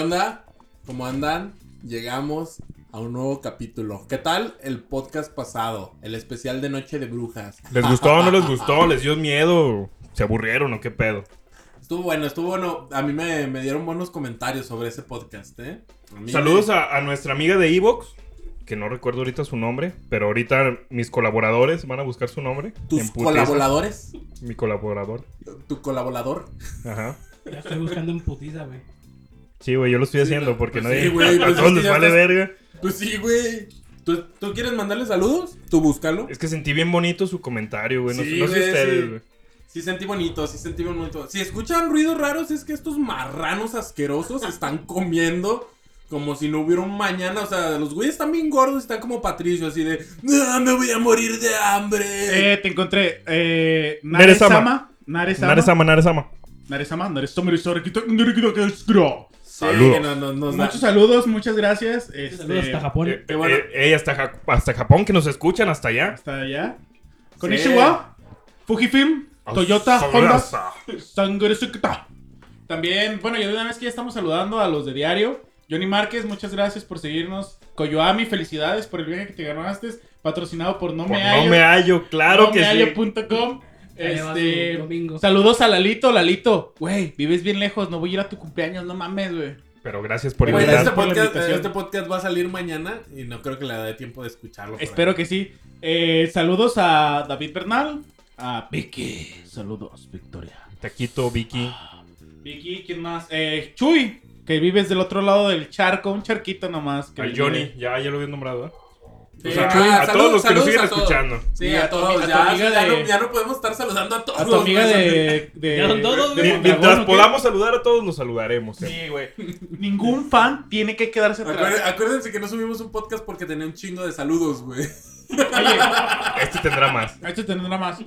onda? ¿Cómo andan? Llegamos a un nuevo capítulo. ¿Qué tal el podcast pasado? El especial de Noche de Brujas. ¿Les gustó o no les gustó? ¿Les dio miedo? ¿Se aburrieron o qué pedo? Estuvo bueno, estuvo bueno. A mí me, me dieron buenos comentarios sobre ese podcast, ¿eh? A mí Saludos a, a nuestra amiga de Evox, que no recuerdo ahorita su nombre, pero ahorita mis colaboradores van a buscar su nombre. me- ¿Tus en putiza. colaboradores? Mi colaborador. ¿Tu colaborador? Ajá. Ya estoy buscando en putiza, güey. Sí, güey, yo lo estoy Sí, haciendo no, porque pues nadie. sí, güey, pues a todos es que les ya vale estás- verga. Pues sí, güey. ¿Tú, tú quieres mandarle saludos? Tú búscalo. Es que sentí bien bonito su comentario, güey. No, Sí, no sé güey, sí. ustedes, güey. Sí sentí bonito, sí sentí bonito. Si escuchan ruidos raros es que estos marranos asquerosos están comiendo como si no hubiera un mañana. O sea, los güeyes están bien gordos, están como Patricio, así de... "Ah, me voy a morir de hambre! Eh, te encontré. Eh, Naresama. Naresama. Naresama. Naresama. Naresama, Naresama. Naresama. Naresama. Naresama. Naresama. Sí, saludos. no, no, nos da- Muchos saludos, muchas gracias. Saludos Este, hasta Japón. Eh, Qué bueno. eh, eh, hasta, Ja- hasta Japón, que nos escuchan hasta allá. Hasta allá. Konishiwa, Fujifilm, Ah, Toyota, Honda, Sanguresukita. También, bueno, ya de una vez que ya estamos saludando a los de diario. Johnny Márquez, muchas gracias por seguirnos. Coyoami, felicidades por el viaje que te ganaste. Patrocinado por No Por Me no Hallo. me hallo, claro que sí. nomehallo.com. Ahí va Este, su domingo. saludos a Lalito, Lalito. Güey, vives bien lejos, no voy a ir a tu cumpleaños, no mames, güey. Pero gracias por Güey, invitar. este, por la podcast, invitación. este podcast va a salir mañana y no creo que le dé tiempo de escucharlo. por Espero que sí. Eh, saludos a David Bernal, a Vicky. Saludos, Victoria. Taquito, Vicky. Vicky, ¿quién más? Eh, Chuy, que vives del otro lado del charco, un charquito nomás. Que A vive- Johnny, ya, ya lo habían nombrado. ¿eh? Sí, O sea, Chuy, a, saludos, a todos los que nos saludos siguen a todos. escuchando. Sí, Y a, a tu- todos. a tu ya, amiga ya de- no, ya no podemos estar saludando a todos. A tu amiga güey. de. de- Ya son todos, de güey. Mi- Mondragón, Mientras ¿o qué? podamos saludar a todos, los saludaremos. ¿eh? Sí, güey. Ningún fan tiene que quedarse Acuérdense, atrás. acuérdense que no subimos un podcast porque tenía un chingo de saludos, güey. Oye, Este tendrá más. Ahí te tendrá más.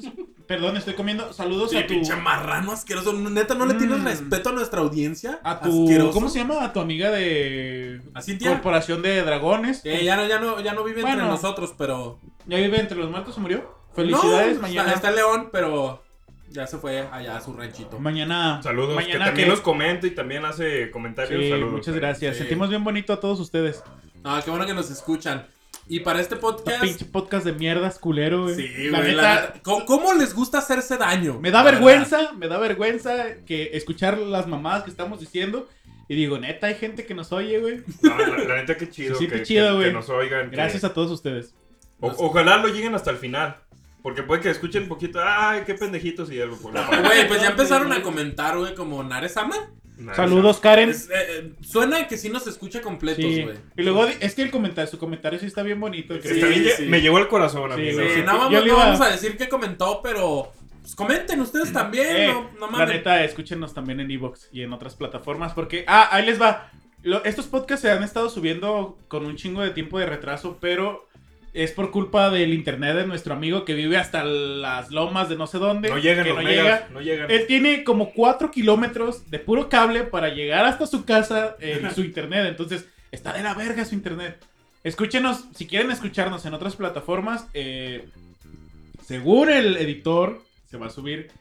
Perdón, estoy comiendo. Saludos Sí, a tu. pinche marrano asqueroso. Neta, ¿no le tienes Mm. respeto a nuestra audiencia? A tu. Asqueroso. ¿Cómo se llama? A tu amiga de. ¿A Cintia? Corporación de Dragones. Eh, ya, no, ya, no, ya no vive entre Bueno. nosotros, pero. Ya vive entre los muertos, se murió. Felicidades No, mañana. Está, está en León, pero ya se fue allá a su ranchito. Mañana. Saludos. Mañana que también nos comenta y también hace comentarios. Sí, saludos. ¿eh? muchas gracias. Sí. Sentimos bien bonito a todos ustedes. Ah, qué bueno que nos escuchan. Y para este Este podcast. pinche podcast de mierdas culero, güey. Sí, La güey, la neta, neta, ¿Cómo, cómo les gusta hacerse daño? Me da La vergüenza, me da vergüenza que escuchar las mamadas que estamos diciendo. Y digo, neta, hay gente que nos oye, güey. No, la, la neta, qué chido. Sí, sí, que, qué chido, que- que güey. nos oigan. que- Gracias a todos ustedes. o- ojalá lo lleguen hasta el final. Porque puede que escuchen un poquito. Ay, qué pendejitos y algo. Por la verdad. parte. Güey, pues ya empezaron a comentar, güey, como Naresama. Nah, Saludos, Karen. Es, eh, suena que sí nos escucha completos, Sí. güey. Y luego di- es que el comentario, su comentario sí está bien bonito. el que- está bien, sí, sí. Me llegó al corazón, Sí, amigo. güey. Sí, no, vamos, yo le no iba- vamos a decir que comentó, pero pues, comenten ustedes también, Eh, no, no la mames. neta, escúchenos también en Evox y en otras plataformas porque ah, ahí les va. Lo- estos podcasts se han estado subiendo con un chingo de tiempo de retraso, pero es por culpa del internet de nuestro amigo que vive hasta las lomas de no sé dónde. No llegan que los no megas. llega. No llegan. Él tiene como 4 kilómetros de puro cable para llegar hasta su casa en su internet. Entonces, está de la verga su internet. Escúchenos, si quieren escucharnos en otras plataformas, eh, según el editor, se va a subir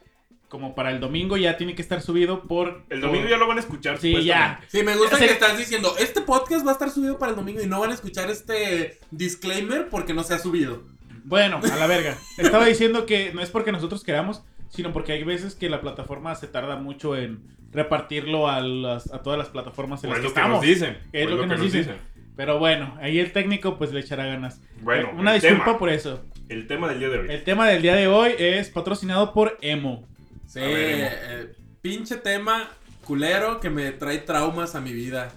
como para el domingo. Ya tiene que estar subido por. El domingo por- ya lo van a escuchar. Sí, ya. Sí, me gusta Es el- que estás diciendo, este podcast va a estar subido para el domingo y no van a escuchar este disclaimer porque no se ha subido. Bueno, a la verga. Estaba diciendo que no es porque nosotros queramos, sino porque hay veces que la plataforma se tarda mucho en repartirlo a, las- a todas las plataformas en Pues las es que lo que nos estamos. dicen. Es pues lo que nos dicen. Pero bueno, ahí el técnico pues le echará ganas. Bueno, Eh, una el disculpa tema. por eso. El tema del día de hoy. El tema del día de hoy es patrocinado por Emo. Sí, A ver, Emo. eh, pinche tema culero que me trae traumas a mi vida.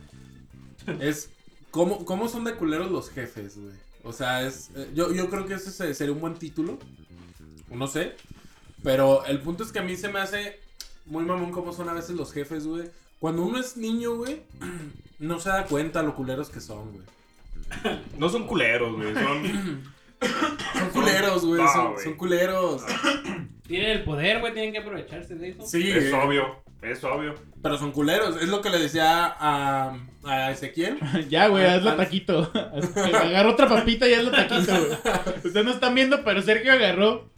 Es cómo, cómo son de culeros los jefes, güey. O sea, es eh, yo, yo creo que ese se- sería un buen título. o No sé. Pero el punto es que a mí se me hace muy mamón cómo son a veces los jefes, güey. Cuando uno es niño, güey, no se da cuenta lo culeros que son, güey. No son culeros, güey. Son. Son culeros, güey. Ah, Son, güey. son culeros. Tienen el poder, güey. Tienen que aprovecharse de eso. Sí, Es obvio. Es obvio. pero son culeros. Es lo que le decía a, a Ezequiel. ya, güey, Ah, hazlo ah. taquito. Agarró otra papita y hazlo taquito, güey. Ustedes no están viendo, pero Sergio agarró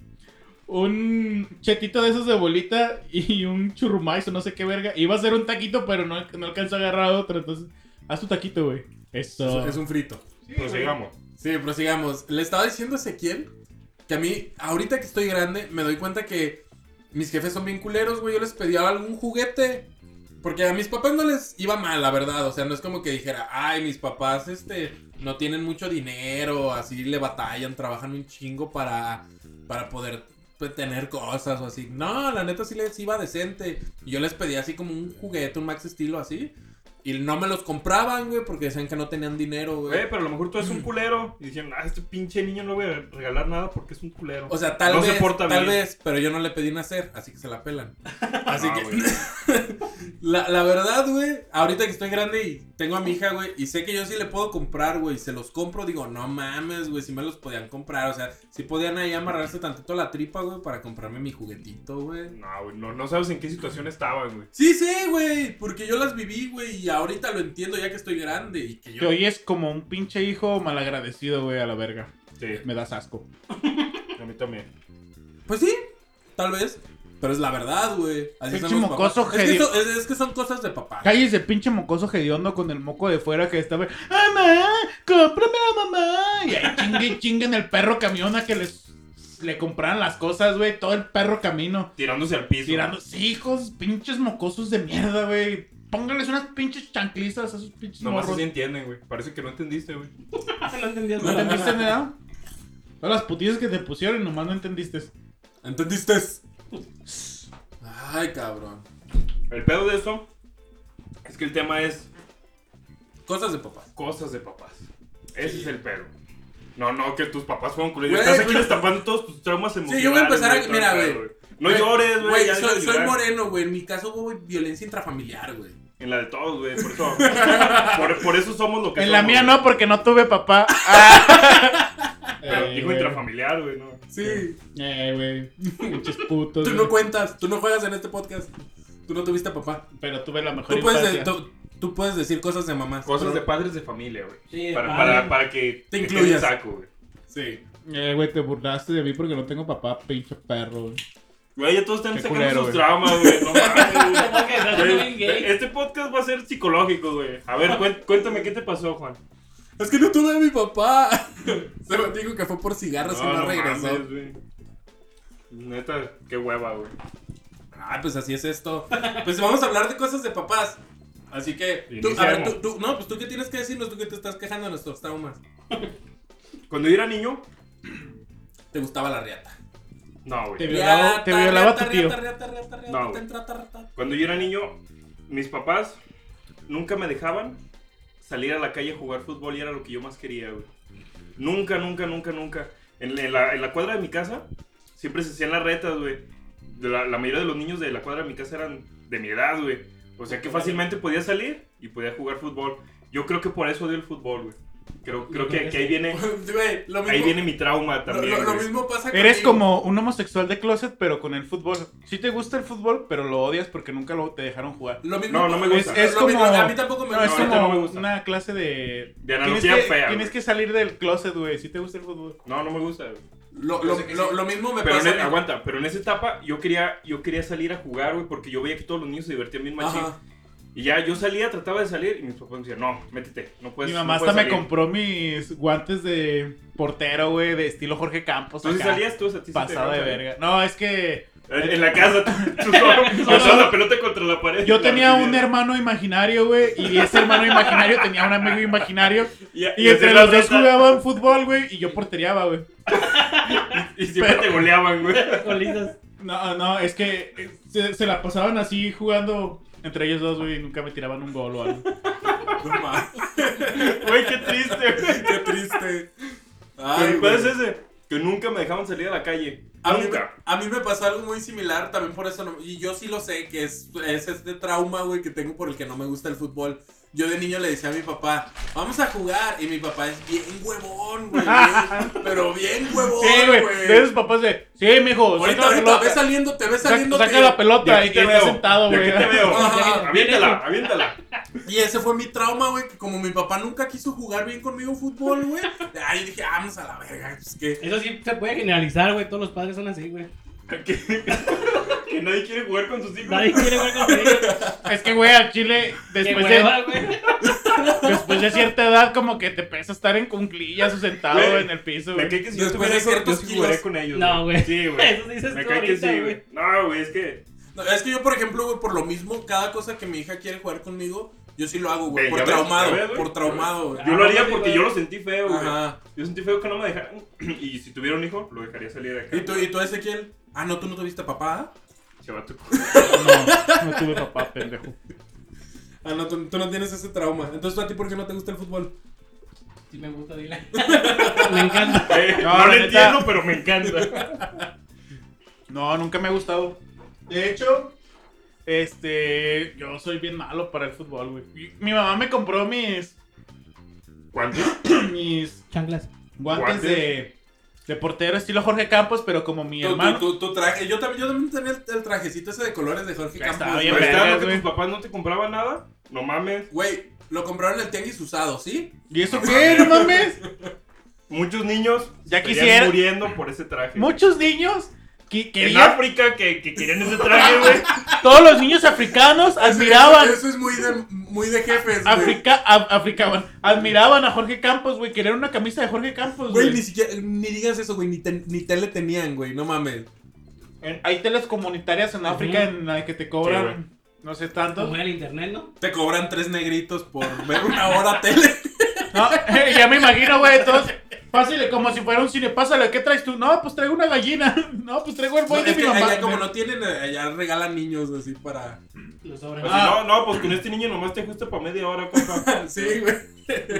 un chetito de esos de bolita y un churrumais o no sé qué verga. Iba a ser un taquito, pero no, no alcanzó a agarrar otro. Entonces, haz tu taquito, güey. Eso. Es, es un frito. Prosigamos. Sí, prosigamos. Le estaba diciendo a Ezequiel que a mí, ahorita que estoy grande, me doy cuenta que mis jefes son bien culeros, güey. Yo les pedía algún juguete. Porque a mis papás no les iba mal, la verdad. O sea, no es como que dijera, ay, mis papás, este, no tienen mucho dinero, así le batallan, trabajan un chingo para, para poder pues, tener cosas o así. No, la neta sí les iba decente. Y yo les pedía así como un juguete, un Max Estilo así. Y no me los compraban, güey, porque decían que no tenían dinero, güey. Güey, Eh, pero a lo mejor tú eres un Mm. culero. Y dicen, ah, este pinche niño no le voy a regalar nada porque es un culero. O sea, tal No se vez, porta tal bien. vez, pero yo no le pedí nacer, así que se la pelan. Así Ah, güey. que, la, la verdad, güey, ahorita que estoy grande y tengo a mi hija, güey, y sé que yo sí le puedo comprar, güey, y se los compro, digo, no mames, güey, si me los podían comprar, o sea, si podían ahí amarrarse tantito la tripa, güey, para comprarme mi juguetito, güey. No, güey, no, no sabes en qué situación estaban, güey. Sí sé, güey, porque yo las viví, güey, y ahorita lo entiendo ya que estoy grande y que Que yo... hoy es como un pinche hijo malagradecido, güey, a la verga. Sí, Me das asco. a mí también. Pues sí, tal vez, pero es la verdad, güey. Así Pinche son los papás. mocoso, Es que, genio. eso- es- es que son cosas de papá. Cállese, pinche mocoso hediondo con el moco de fuera que estaba. ¡Mamá! ¡Cómprame a mamá! Y ahí chingue, chingue en el perro camión a que les, le compraran las cosas, güey. Todo el perro camino. Tirándose al piso. Tirando, sí, hijos, pinches mocosos de mierda, güey. Póngales unas pinches chanclizas a esos pinches Nomás morros. así entienden, güey. Parece que no entendiste, güey. no entendías ¿No nada. entendiste nada? Todas las putillas que te pusieron, nomás no entendiste. ¿Entendiste? Ay, cabrón. El pedo de esto es que el tema es Cosas de papás. cosas de papás. Ese es el pedo. No, no, que tus papás fueron culeros. Güey, Estás aquí yo- destapando todos tus traumas emocionales. yo voy a empezar a- güey, todo el mira, pedo, güey. No llores, güey. ya deja soy, de soy llorar. moreno, güey. En mi caso hubo violencia intrafamiliar, güey. En la de todos, güey. Por eso, por, por eso somos lo que En la somos, mía güey. no, porque no tuve papá. Pero Eh, dijo güey. intrafamiliar, güey, ¿no? Sí. Eh, güey. Pinches putos. Tú no güey. cuentas, tú no juegas en este podcast. Tú no tuviste papá. Pero tuve la mejor Tú puedes, de- infancia. tú, tú puedes decir cosas de mamás. Cosas de pero- padres de familia, güey. Sí, de para, padre. para, para que quede incluyas. saco, güey. Sí. Eh, güey, te burlaste de mí porque no tengo papá, pinche perro. güey. Güey, ya todos están Qué sacando culero, sus güey. traumas, güey. No mames, güey. Como que estás bien Güey, gay. Este podcast va a ser psicológico, güey. A ver, cuen- cuéntame qué te pasó, Juan. Es que no tuve a mi papá. Se me dijo que fue por cigarros y no, regresó. mames, güey. Neta, qué hueva, güey. Ah, pues así es esto. Pues vamos a hablar de cosas de papás. Así que, tú, a ver, tú, Iniciamos. tú- no, pues tú qué tienes que decirnos, tú que te estás quejando de nuestros traumas. Cuando yo era niño, Te gustaba la riata. no, Te güey. violaba- Riata, te violaba riata, tu tío. riata, riata, riata, riata, No, güey. tentra, tarata. Cuando yo era niño, mis papás nunca me dejaban salir a la calle a jugar fútbol y era lo que yo más quería, güey. Nunca, nunca, nunca, nunca. En la- en la, en la cuadra de mi casa siempre se hacían las retas, güey. De La, la mayoría de los niños de la cuadra de mi casa eran de mi edad, güey. O sea que fácilmente podía salir y podía jugar fútbol. Yo creo que por eso odio el fútbol, güey. Creo, creo que, que ahí viene, Güey, lo mismo, ahí viene mi trauma lo- también. lo- lo güey. mismo pasa Eres conmigo. como un homosexual de closet, pero con el fútbol. Sí te gusta el fútbol, pero lo odias porque nunca lo, te dejaron jugar. Lo mismo No, no me gusta. lo Es- es mismo- como- A mí tampoco me No, es gusta. ahorita como no me gusta. una clase de... De Tienes analogía que, fea. tienes güey. que salir del closet, güey, si te gusta el fútbol. No, no me gusta, güey. Lo, Yo lo, sé que lo- sí. lo mismo me Pero en, pasa. e- aguanta, pero en esa etapa yo quería, yo quería salir a jugar, güey, porque yo veía que todos los niños se divertían bien machín. Ajá. Y ya yo salía, trataba de salir y mis papás me decían, no, métete, Pues no puedes Mi mamá no hasta puedes me salir". compró mis guantes de portero, güey, de estilo Jorge Campos. Tú sí Acá, Pues salías, tú a ti sí te dejaban pasado de salir. verga. No, es que En, en la casa, tú, tú solo, tú solo la pelota contra la pared. yo La tenía un recibías. hermano imaginario, güey, y ese hermano imaginario tenía un amigo imaginario. Y, Y entre los dos jugaban. jugaban fútbol, güey, y yo porteriaba, güey. Y siempre te goleaban, güey. Colitas. No, no, es que eh, se, se la pasaban así jugando entre ellos dos, güey, y nunca me tiraban un gol o algo. No mames, Güey, qué triste, güey. Qué triste. Ay, Pero el pedo güey. es ese, que nunca me dejaban salir a la calle. A mí, nunca. a mí me pasó algo muy similar, también por eso, no- y yo sí lo sé, que es, es este trauma, güey, que tengo por el que no me gusta el fútbol. Yo de niño le decía a mi papá, vamos a jugar, y mi papá es bien huevón, güey, bien- pero bien huevón, Sí, güey, de güey. esos papás de, sí, mijo, Ahorita, saca la ahorita, ve pelota. saliendo, te ves Saca, saliendo. saca que- la pelota aquí y te veo, veo sentado, de güey. aquí te veo. Ajá. Aviéntala, aviéntala. Y ese fue mi trauma, güey, que como mi papá nunca quiso jugar bien conmigo fútbol, güey, ahí dije, "Ah, vamos a la verga, pues que... Eso sí se puede generalizar, güey. Todos los padres son así, güey. Que, que nadie quiere jugar con sus hijos. Nadie quiere ver con ellos. Es que, güey, al chile, Qué después de, hueva, güey. después de cierta edad, como que te pesa estar en cunclillas o sentado Güey, en el piso, Me güey. cae que si yo Después tuviera de hijos, yo ciertos sí jugaría kilos. con ellos. No, güey. Sí, Eso güey. dices Me tú cae que ahorita, sí, güey. güey. No, güey, es que. No, es que yo, por ejemplo, güey, por lo mismo, cada cosa que mi hija quiere jugar conmigo, yo sí lo hago, güey. Ve, Por ya ves, traumado, ya ves, güey. por traumado, güey. Yo lo haría Ah, porque güey. yo lo sentí feo, güey. Ajá. Yo sentí feo que no me dejaran. Y si tuviera un hijo, lo dejaría salir de acá. ¿Y tú, ¿Y tú, Ezequiel? Ah, no, tú no tuviste papá. ¿ah? Se va tu No, no tuve papá, pendejo. Ah, no, tú, tú no tienes ese trauma. Entonces, ¿tú ¿a ti por qué no te gusta el fútbol? Sí me gusta, dile. Me encanta. Eh, No, no la lo neta. entiendo, pero me encanta. No, nunca me ha gustado. De hecho, este, yo soy bien malo para el fútbol, güey. Mi- Mi mamá me compró mis, ¿Cuánto? mis Chanclas. guantes Guantes. de, de portero estilo Jorge Campos, pero como mi Tu, hermano. tu- tu- tu traje. Yo también, yo también tenía el, el trajecito ese de colores de Jorge Ya está Campos. bien, güey. Pero vergas, está lo que güey. tus papás no te compraban nada. No mames. Güey, lo compraron en el tianguis usado, ¿sí? ¿Y eso qué? No mames. Muchos niños Ya estarían quisiera- muriendo por ese traje. Muchos niños que En querían, África que, que querían ese traje, güey. todos los niños africanos admiraban. Eso, este. eso es muy de, muy de jefes, güey. Africa, af- africaban, admiraban a Jorge Campos, güey, querían una camisa de Jorge Campos, Güey, ni güey. siquiera, ni digas eso, güey, ni, te- ni tele tenían, güey, no mames. En- Hay telas comunitarias en África Ujú. en la que te Sí, cobran, no sé tanto. Como el internet, ¿no? Te cobran tres negritos por ver una hora tele. No, eh, ya me imagino, güey, todos. Pásale, como si fuera un cine, pásale, ¿qué traes tú? No, pues traigo una gallina. No, pues traigo el No, boy de es mi que mamá. allá como no tienen, eh, allá regalan niños así para... Los Así, sobres. No, Ah. no, pues con este niño nomás te ajusta para media hora, compa. Sí, güey.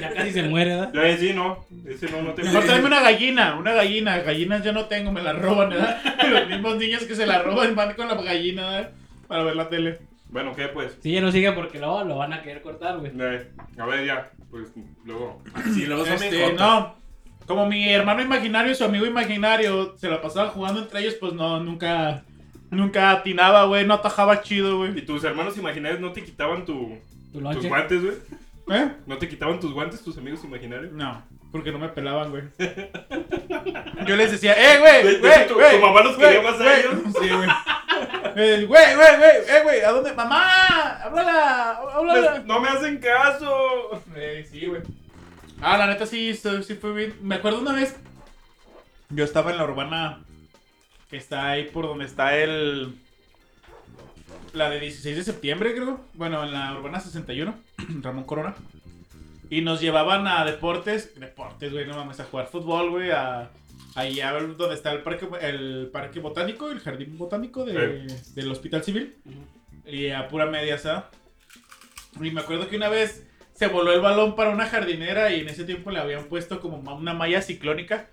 Ya casi se muere, ¿verdad? Ya, sí, no. Ese no, no te Mejor Sí. tráeme una gallina, una gallina. Gallinas ya no tengo, me la roban, ¿verdad? Los mismos niños que se la roban van con la gallina, ¿verdad? Para ver la tele. Bueno, ¿qué pues? Sí, ya no sigue porque luego lo van a querer cortar, güey. Eh, a ver, ya. Pues luego. Sí, luego son Este, bien jotos. no. Como mi hermano imaginario y su amigo imaginario se la pasaban jugando entre ellos, pues no, nunca. Nunca atinaba, güey. No atajaba chido, ¿Y güey. tus hermanos imaginarios no te quitaban tu, Tu tus Pues lonche. guantes, güey? ¿Eh? ¿No te quitaban tus guantes tus amigos imaginarios? No, porque no me pelaban, güey. Yo les decía, eh, güey, De- de güey, hecho, tu- güey. tu mamá los güey, quería más a güey". ellos. Sí, güey. Eh, Güey, güey, güey, eh, güey, ¿a dónde? ¡Mamá! ¡Háblala! Pues, ¡Háblala! ¡No me hacen caso! Eh, sí, güey. Ah, la neta sí, esto sí fue bien. Me acuerdo una vez, yo estaba en la urbana que está ahí por donde está el... La de 16 de septiembre, creo. Bueno, en la urbana 61, Ramón Corona. Y nos llevaban a deportes, deportes, güey, no mames, a jugar fútbol, güey, a... Ahí a ver donde está el parque, el parque botánico, el jardín botánico de- del Hospital Civil. Y a pura media, ¿sabes? Y me acuerdo que una vez se voló el balón para una jardinera y en ese tiempo le habían puesto como ma- una malla ciclónica.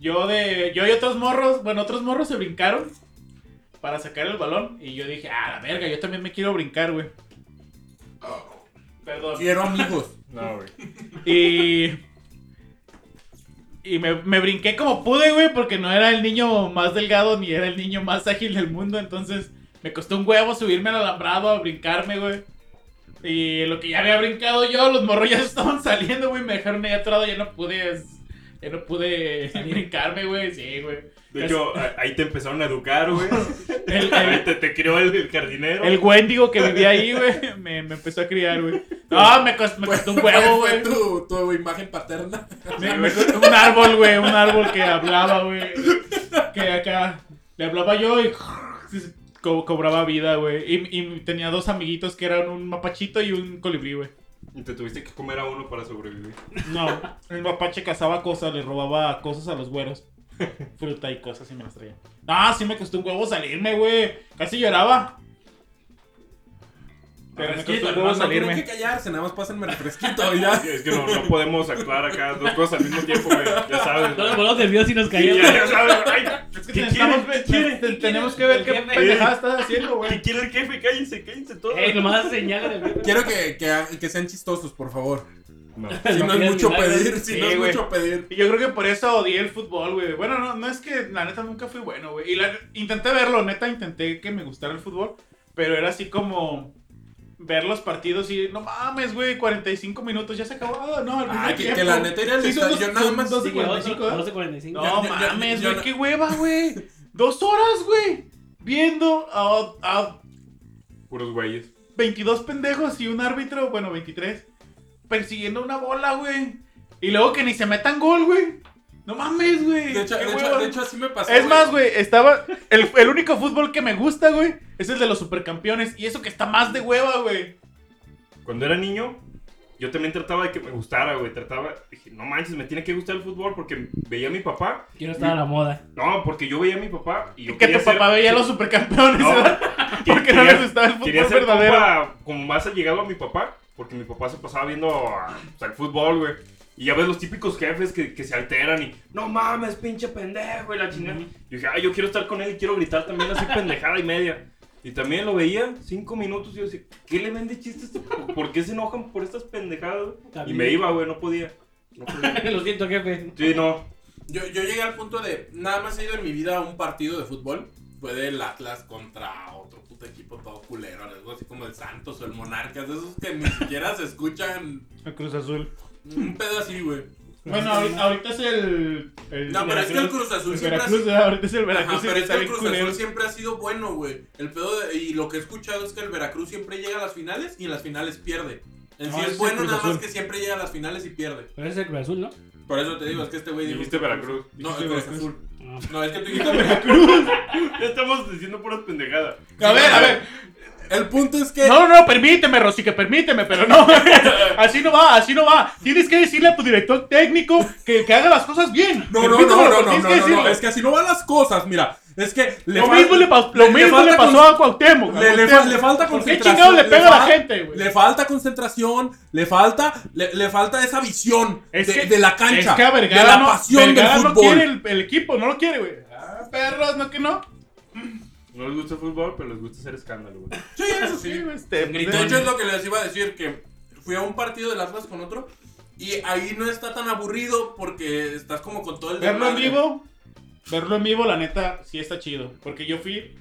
Yo de yo y otros morros, bueno, otros morros se brincaron para sacar el balón y yo dije, "Ah, la verga, yo también me quiero brincar, güey." Perdón. Quiero amigos. No, güey. Y. Y me, me brinqué como pude, güey, porque no era el niño más delgado ni era el niño más ágil del mundo. Entonces me costó un huevo subirme al alambrado a brincarme, güey. Y lo que ya había brincado yo, los morros ya estaban saliendo, güey. Me dejaron ahí atrás, ya no pude. Ya no pude brincarme, güey. Sí, güey. De hecho, a- ahí te empezaron a educar, güey. El- el- Ahí te, te crió el, el jardinero. El Wendigo que vivía ahí, güey, me, me empezó a criar, güey. No, me costó, me costó un huevo, Fue güey. tu, tu imagen paterna. Me- me- un árbol, güey, un árbol que hablaba, güey. Que acá le hablaba yo y se- co- cobraba vida, güey. Y, y tenía dos amiguitos que eran un mapachito y un colibrí, güey. Y te tuviste que comer a uno para sobrevivir. No, el mapache cazaba cosas, le robaba cosas a los güeros. Fruta y cosas y me las traía. Ah, sí me costó un huevo salirme, güey. Casi lloraba. Pero Ah, me es que costó un No, huevo no tienen salirme. que callarse, nada más pásenme refresquito y ya. Es que no, no podemos actuar acá dos cosas al mismo tiempo, güey. Ya sabes. Todos los bolos nerviosos y nos Sí, caíamos. ya, ya sabes. Ay, Es que ¿Qué necesitamos quiere? ver- ¿Qué quiere? te- quiere? tenemos que ver El qué jefe. pendejada estás haciendo, güey. ¿Qué quiere el jefe? Cállense, cállense todos. Ey, Eh, nomás señala el güey. Quiero que, que, que sean chistosos, por favor. No. Si no, No es pidas mucho milagros. pedir, si Sí, no es güey. mucho pedir. Y yo creo que por eso odié el fútbol, güey. Bueno, no, no es que la neta nunca fui bueno, güey. Y la- intenté verlo, neta, intenté que me gustara el fútbol. Pero era así como ver los partidos y no mames, güey, 45 minutos, ya se acabó. Ah, no, al mismo Ay, que- tiempo. que la neta ir al Sí, son estadio dos- nada son más- dos y Sí, que otro, 45, ¿eh? 12.45. No Yo- yo- yo- mames, yo güey, no- qué hueva, güey. Dos horas, güey. Viendo a, a Puros güeyes. 22 pendejos y un árbitro, bueno, 23, persiguiendo una bola, güey. Y luego que ni se metan gol, güey. No mames, güey. De hecho, Qué de hecho- hueva. de hecho, así me pasó. es más, güey, estaba. El, el único fútbol que me gusta, güey, es el de los supercampeones. Y eso que está más de hueva, güey. Cuando era niño, yo también trataba de que me gustara, güey. Trataba, dije, no manches, me tiene que gustar el fútbol porque veía a mi papá. Quiero estar a la moda. No, porque yo veía a mi papá y yo Que quería tu ser- papá veía sí, los supercampeones, No, ¿verdad? que- Porque no quería- les gustaba el fútbol Quería ser verdadero. compa, como más allegado a mi papá, porque mi papá se pasaba viendo ah, pues, al fútbol, güey. Y ya ves los típicos jefes que, que se alteran y, no mames, pinche pendejo, y la chingada. Ujú. Yo dije, ay, yo quiero estar con él y quiero gritar también así pendejada y media. Y también lo veía, cinco minutos, y yo decía, ¿qué le vende chistes? este p- ¿Por qué se enojan por estas pendejadas? Y También. me iba, güey, no podía. No podía. Lo siento, jefe. Sí, no. Yo, yo llegué al punto de. Nada más he ido en mi vida a un partido de fútbol. Fue del Atlas contra otro puto equipo todo culero. Algo así como el Santos o el Monarcas. De esos que ni siquiera se escuchan. El Cruz Azul. Un pedo así, güey. Bueno, ahori- ahorita es el. el No, pero es que el Cruz Azul el siempre ha Veracruz, sido- ¿verdad? Ahorita es el Veracruz. Ajá, pero es y que está el bien Cruz culero. Azul siempre ha sido bueno, güey. El pedo de- y lo que he escuchado es que el Veracruz siempre llega a las finales y en las finales pierde. En No, sí Ah, ese es es bueno Cruz nada más Azul. que siempre llega a las finales y pierde. Pero ese es el Cruz Azul, ¿no? Por eso te digo, es que este güey dijo- Dijiste Veracruz. No, Dijiste el Cruz Veracruz. Azul. No. No, es que tú dijiste Veracruz. Ya estamos diciendo puras pendejadas. A ver, a ver. El punto es que No, no, no, permíteme, Rosy, que permíteme, pero no. así no va, así no va. Tienes que decirle a tu director técnico que, que haga las cosas bien. No, no, no, Permítemelo, no, no, pero no, tienes que no, no, decirlo. es que así no van las cosas, mira, es que le lo fal- mismo le, pas- lo le- le mismo falta le pasó cons- a Cuauhtémoc. a le, le fa- Cuauhtémoc. le falta ¿Por qué concentración. chingados le pega a la fal- gente, güey? Le falta concentración, le falta, le, le falta esa visión Es de, que- de la cancha, Es que a Vergara de la no- pasión del Vergara no fútbol. quiere el, el equipo, no lo quiere, güey. Ah, perros, no que no. No les gusta el fútbol, pero les gusta hacer escándalo, güey. Sí, eso sí. güey, este, Un grito. De hecho, es lo que les iba a decir, que fui a un partido del Atlas con otro y ahí no está tan aburrido porque estás como con todo el... Verlo en desmadre. vivo, verlo en vivo, la neta, sí está chido. Porque yo fui,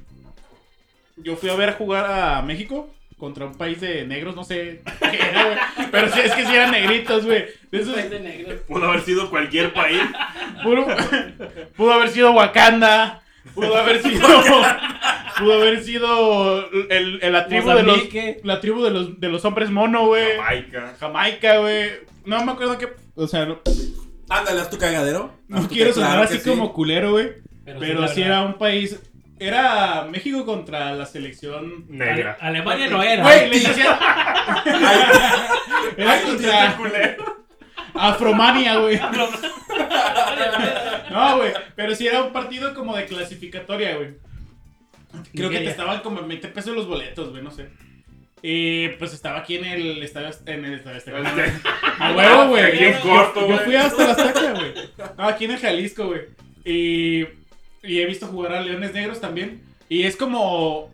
yo fui a ver jugar a México contra un país de negros, no sé qué era, güey. Pero sí, es que sí eran negritos, güey. De esos- Es de negro. Pudo haber sido cualquier país. puro- pudo haber sido Wakanda, pudo haber sido, pudo haber sido el- el- la tribu de los, Mozambique. la tribu de los, de los hombres mono, güey. Jamaica. Jamaica, güey. No me acuerdo qué, o sea, no, Ándale, haz tu cagadero. no Haz tu quiero ca- claro sonar así que sí. como culero, güey. Pero la si verdad. era un país. Era México contra la selección. Negra. Ale- Alemania no era. Güey, le hicieron- Era Ay, contra Afromania, güey. No, güey. Pero si era un partido como de clasificatoria, güey. Creo que te Nigeria. estaban como en 20 pesos los boletos, güey, no sé. Y pues estaba aquí en el estadio. En el estadio Azteca. A huevo, güey. Ah, Aquí en Yo- corto, yo, güey. fui hasta la Azteca, güey. No, aquí en el Jalisco, güey. Y, y he visto jugar a Leones Negros también. Y es como.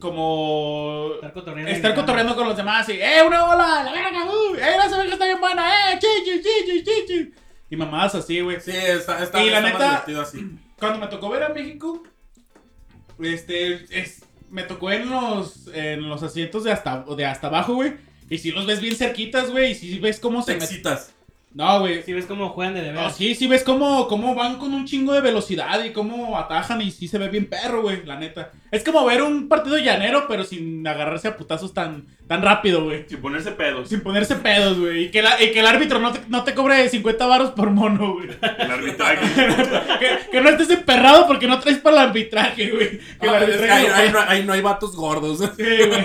Como. Estar cotorreando. Estar cotorreando con los demás y, ¡eh, una bola! ¡La verga! ¡Uh! ¡Eh, la cerveza está bien buena! ¡Eh, chichi, chichi, chichi! Y mamadas así, güey. Sí, está, está, Y la está más neta- divertido así. Cuando me tocó ver a México, este, es, me tocó en los, en los asientos de hasta, de hasta abajo, güey. Y si los ves bien cerquitas, güey, y si ves cómo Te se meten. excitas. No, güey. Si ves cómo juegan de de No, veras. sí, sí ves cómo, cómo van con un chingo de velocidad y cómo atajan y sí se ve bien perro, güey, la neta. Es como ver un partido llanero, pero sin agarrarse a putazos tan, tan rápido, güey. Sin ponerse pedos. Sin ponerse pedos, güey. Y, que la- y que el árbitro no te, no te cobre 50 varos por mono, güey. El arbitraje. Que, que no estés emperrado porque no traes para el arbitraje, güey. Que el Ah, es que ahí, arbitraje no- ahí no, ahí no hay vatos gordos. Sí, güey.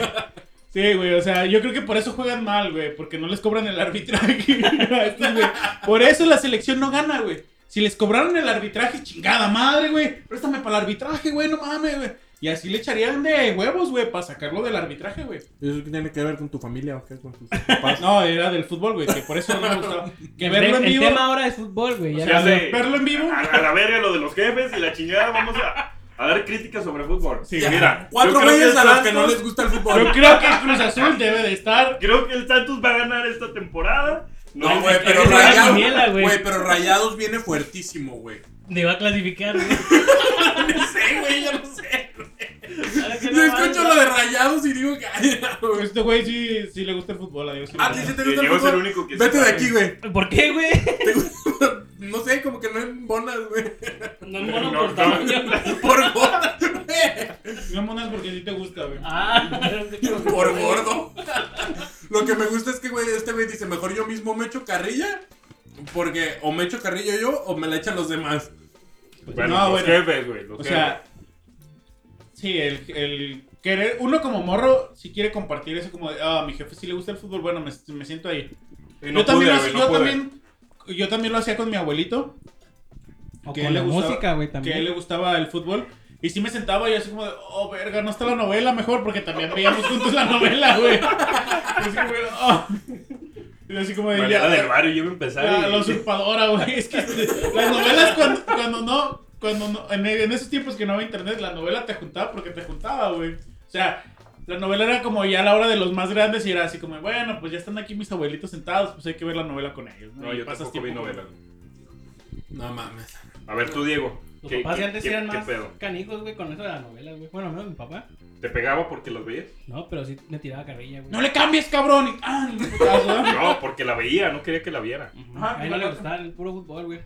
Sí, güey, o sea, yo creo que por eso juegan mal, güey, porque no les cobran el arbitraje. a estos, güey. Por eso la selección no gana, güey. Si les cobraron el arbitraje, chingada madre, güey. Préstame para el arbitraje, güey, no mames, güey. Y así le echarían de huevos, güey, para sacarlo del arbitraje, güey. ¿Eso qué tiene que ver con tu familia o qué? Con tus papás. No, era del fútbol, güey, que por eso no me gustaba. Que El, verlo en el vivo, tema ahora es fútbol, güey. O ya sea, no- de- verlo en vivo. A, a la verga lo de los jefes y la chingada. Vamos a, a dar críticas sobre fútbol. Sí. Mira. yo Cuatro creo que güeyes el a los que Santos- no les gusta el Yo fútbol. creo que el Cruz Azul debe de estar. Creo que el Santos va a ganar esta temporada. No, hay güey, ni pero que- es una Rayados. quiniela, güey. Güey, pero Rayados viene fuertísimo, güey. Ni va a clasificar, güey. No sé, güey, yo no sé. Ahora que Yo no escucho va, lo de Rayados y digo que. Este güey sí, sí le gusta el fútbol, adiós. Ah, sí, sí, te Que gusta Pues, el Diego es el fútbol. único que Vete de sabe. aquí, güey. ¿Por qué, güey? No sé, como que no embonas, güey. No es mono No, por no. tamaño. Por gordo, güey. No monas porque a ti te gusta, güey. Ah, Por gordo. Lo que me gusta es que, güey, este güey dice, mejor yo mismo me echo carrilla. Porque o me echo carrilla yo o me la echan los demás. Bueno, No, los bueno. jefes, güey. los O sea, sí, el, el querer, uno como morro, si quiere compartir eso como de, ah, a mi jefe sí le gusta el fútbol, bueno, me, me siento ahí. jefes. Y no yo, también pude, güey, lo, no yo, pude. también, yo también lo hacía con mi abuelito, O Que con le la gustaba- música, güey, que a él también. le gustaba el fútbol. Y sí me sentaba y así como de, oh, verga, no está la novela mejor, porque también veíamos juntos la novela, güey. Y así como de, "Oh". Y así como de, Vale, "Ya, la del barrio, yo iba a empezar. La, y- la usurpadora, güey. Es que las novelas cuando, cuando no, cuando no, en, en esos tiempos que no había internet, la novela te juntaba porque te juntaba, güey. O sea, la novela era como ya a la hora de los más grandes y era así como, bueno, pues ya están aquí mis abuelitos sentados, pues hay que ver la novela con ellos. No, Y yo pasas tampoco vi tiempo con- novela. No mames. A ver, tú, Diego. Los ¿qué- papás qué- de antes qué- eran qué más pedo? canijos, güey, con eso de la novela, güey. Bueno, menos mi papá. ¿Te pegaba porque las veías? No, pero sí le tiraba carrilla, güey. No le cambies, cabrón. Y- ah, ni putazo, ¿eh? No, porque la veía, no quería que la viera. Ujú. Ajá, A él no le claro. gustaba el puro fútbol, güey.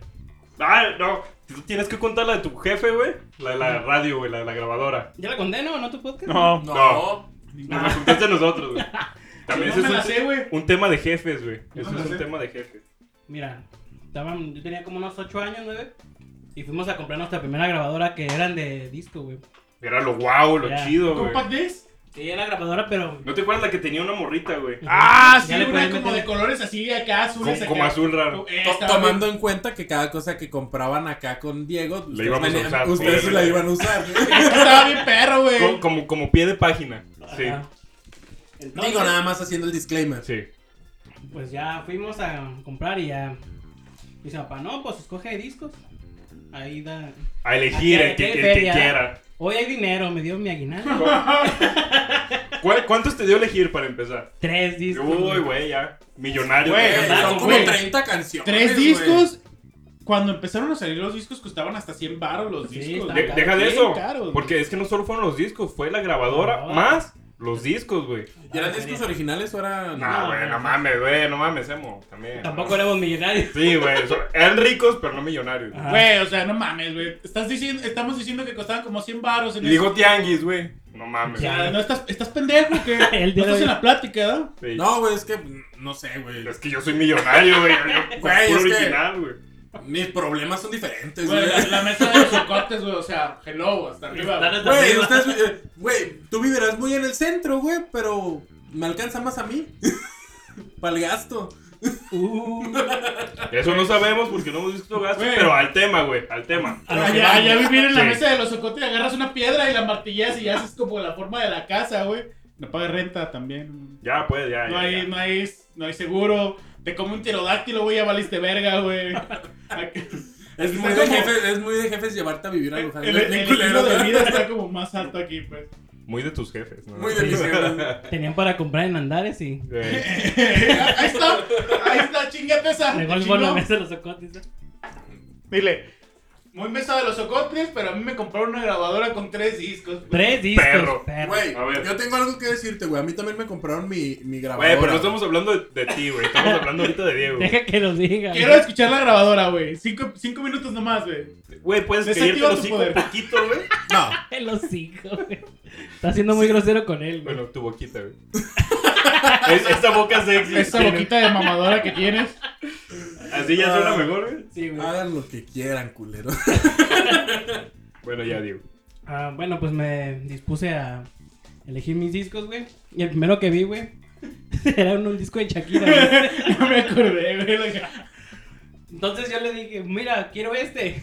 Ah, no. Tú tienes que contar la de tu jefe, güey. La de la radio, güey, la de la grabadora. ¿Ya la condeno o no tu podcast? No, no. No. Nos la contaste a nosotros, güey. También Yo ese no me la es un, sé, güey. un tema de jefes, güey. Yo no Eso me la es un sé. tema de jefes. Mira, estaban, yo tenía como unos 8 años, 9. Y fuimos a comprar nuestra primera grabadora que eran de disco, güey. Era lo guau, lo Ya. chido, güey. ¿Compact disc? Sí, era grabadora, pero. ¿No te acuerdas la que tenía una morrita, güey? Ah, sí, Ya le una podías como meter- de colores así, acá, Como, azules. acá. como azul raro. Eh, To- estaba tomando en cuenta que cada cosa que compraban acá con Diego, ustedes, íbamos a venían- usar, ustedes sí. sí la iban a usar. bien- Estaba bien perro, güey. Co- Como, como pie de página. Sí, Ajá. Entonces, Digo, nada más haciendo el disclaimer. sí. Pues ya fuimos a comprar y ya. Dice papá, no, pues escoge discos. Ahí da. A elegir Aquí hay el que, el feria. que quiera. Hoy hay dinero, me dio mi aguinaldo. ¿Cuál- ¿Cuántos te dio elegir para empezar? Tres discos. Uy, güey, ya. Millonario. Güey, Güey, claro, son como güey. 30 canciones. Tres güey. discos. Cuando empezaron a salir los discos, costaban hasta 100 baros los Sí, discos. está De- güey. caro, deja de bien eso. caros, güey. porque es que no solo fueron los discos, fue la grabadora Grabadora. más los discos, güey. ¿Y eran discos originales o No, eran.? No, güey, no no. mames, güey, no mames, emo. También. Tampoco éramos millonarios. Sí, güey. so- eran ricos, pero no millonarios. Ajá. Güey, o sea, no mames, güey. Estás diciendo, estamos diciendo que costaban como 100 baros. En Y ese- dijo Tianguis, güey. No mames. O sea, Ya, no estás, estás pendejo, que no El día de estás hoy. en la plática, ¿no? Sí. No, güey, es que. No sé, güey. Es que yo soy millonario, güey. Güey, Yo- puro es que- original, güey. Mis problemas son diferentes, Güey, güey. la, la mesa de los socotes, güey. O sea, hello, hasta arriba. güey. Están Güey, arriba. ustedes, eh, güey, tú vivirás muy en el centro, güey, pero me alcanza más a mí. Para el gasto. Uh, Eso no sabemos porque no hemos visto gastos, Güey. Ah. pero al tema, güey, al tema. a lo que Allá, vamos. allá vivir en la Sí. mesa de los socotes, agarras una piedra y la martillas y haces como la forma de la casa, güey. No pagas renta también. Ya, pues, ya, No ya, hay, ya. no hay, no hay seguro. Te como un pterodáctilo, güey, ya valiste verga, güey. Es muy, de Está como- jefes, es muy de jefes llevarte a vivir a El, lugares el bien estilo culeros, de ¿verdad? vida está como más alto aquí, pues. Muy de tus jefes, ¿no? Muy de mis jefes. Tenían para comprar en andares y. Güey. ahí está, ahí está, chingate esa. Llegó te el bono a chingo. mesa de los socotes. ¿no? Dile, muy mesa de los socotes, pero a mí me compraron una grabadora con tres discos. pues. Tres discos. Perro. perro. Güey, A ver. yo tengo algo que decirte, güey. A mí también me compraron mi, mi grabadora. Güey, pero no estamos hablando de, de ti, güey. Estamos hablando ahorita de Diego. Deja que lo diga. Quiero escuchar la grabadora, güey. Cinco, cinco minutos nomás, güey. Güey, puedes Desactiva pedirte los tu cinco poder. poquito, güey. No, Los hijos, güey. Está siendo muy grosero con él, güey. Bueno, tu boquita, güey. es, esa boca sexy. Esa boquita de mamadora que tienes. Así ya Ah. suena mejor, güey. Sí, güey. hagan lo que quieran, culero. Bueno, ya, Diego. Ah, bueno, pues me dispuse a elegir mis discos, güey. Y el primero que vi, güey, era un, un disco de Shakira, güey. No me acordé, güey. lo que- Entonces yo le dije, mira, quiero este.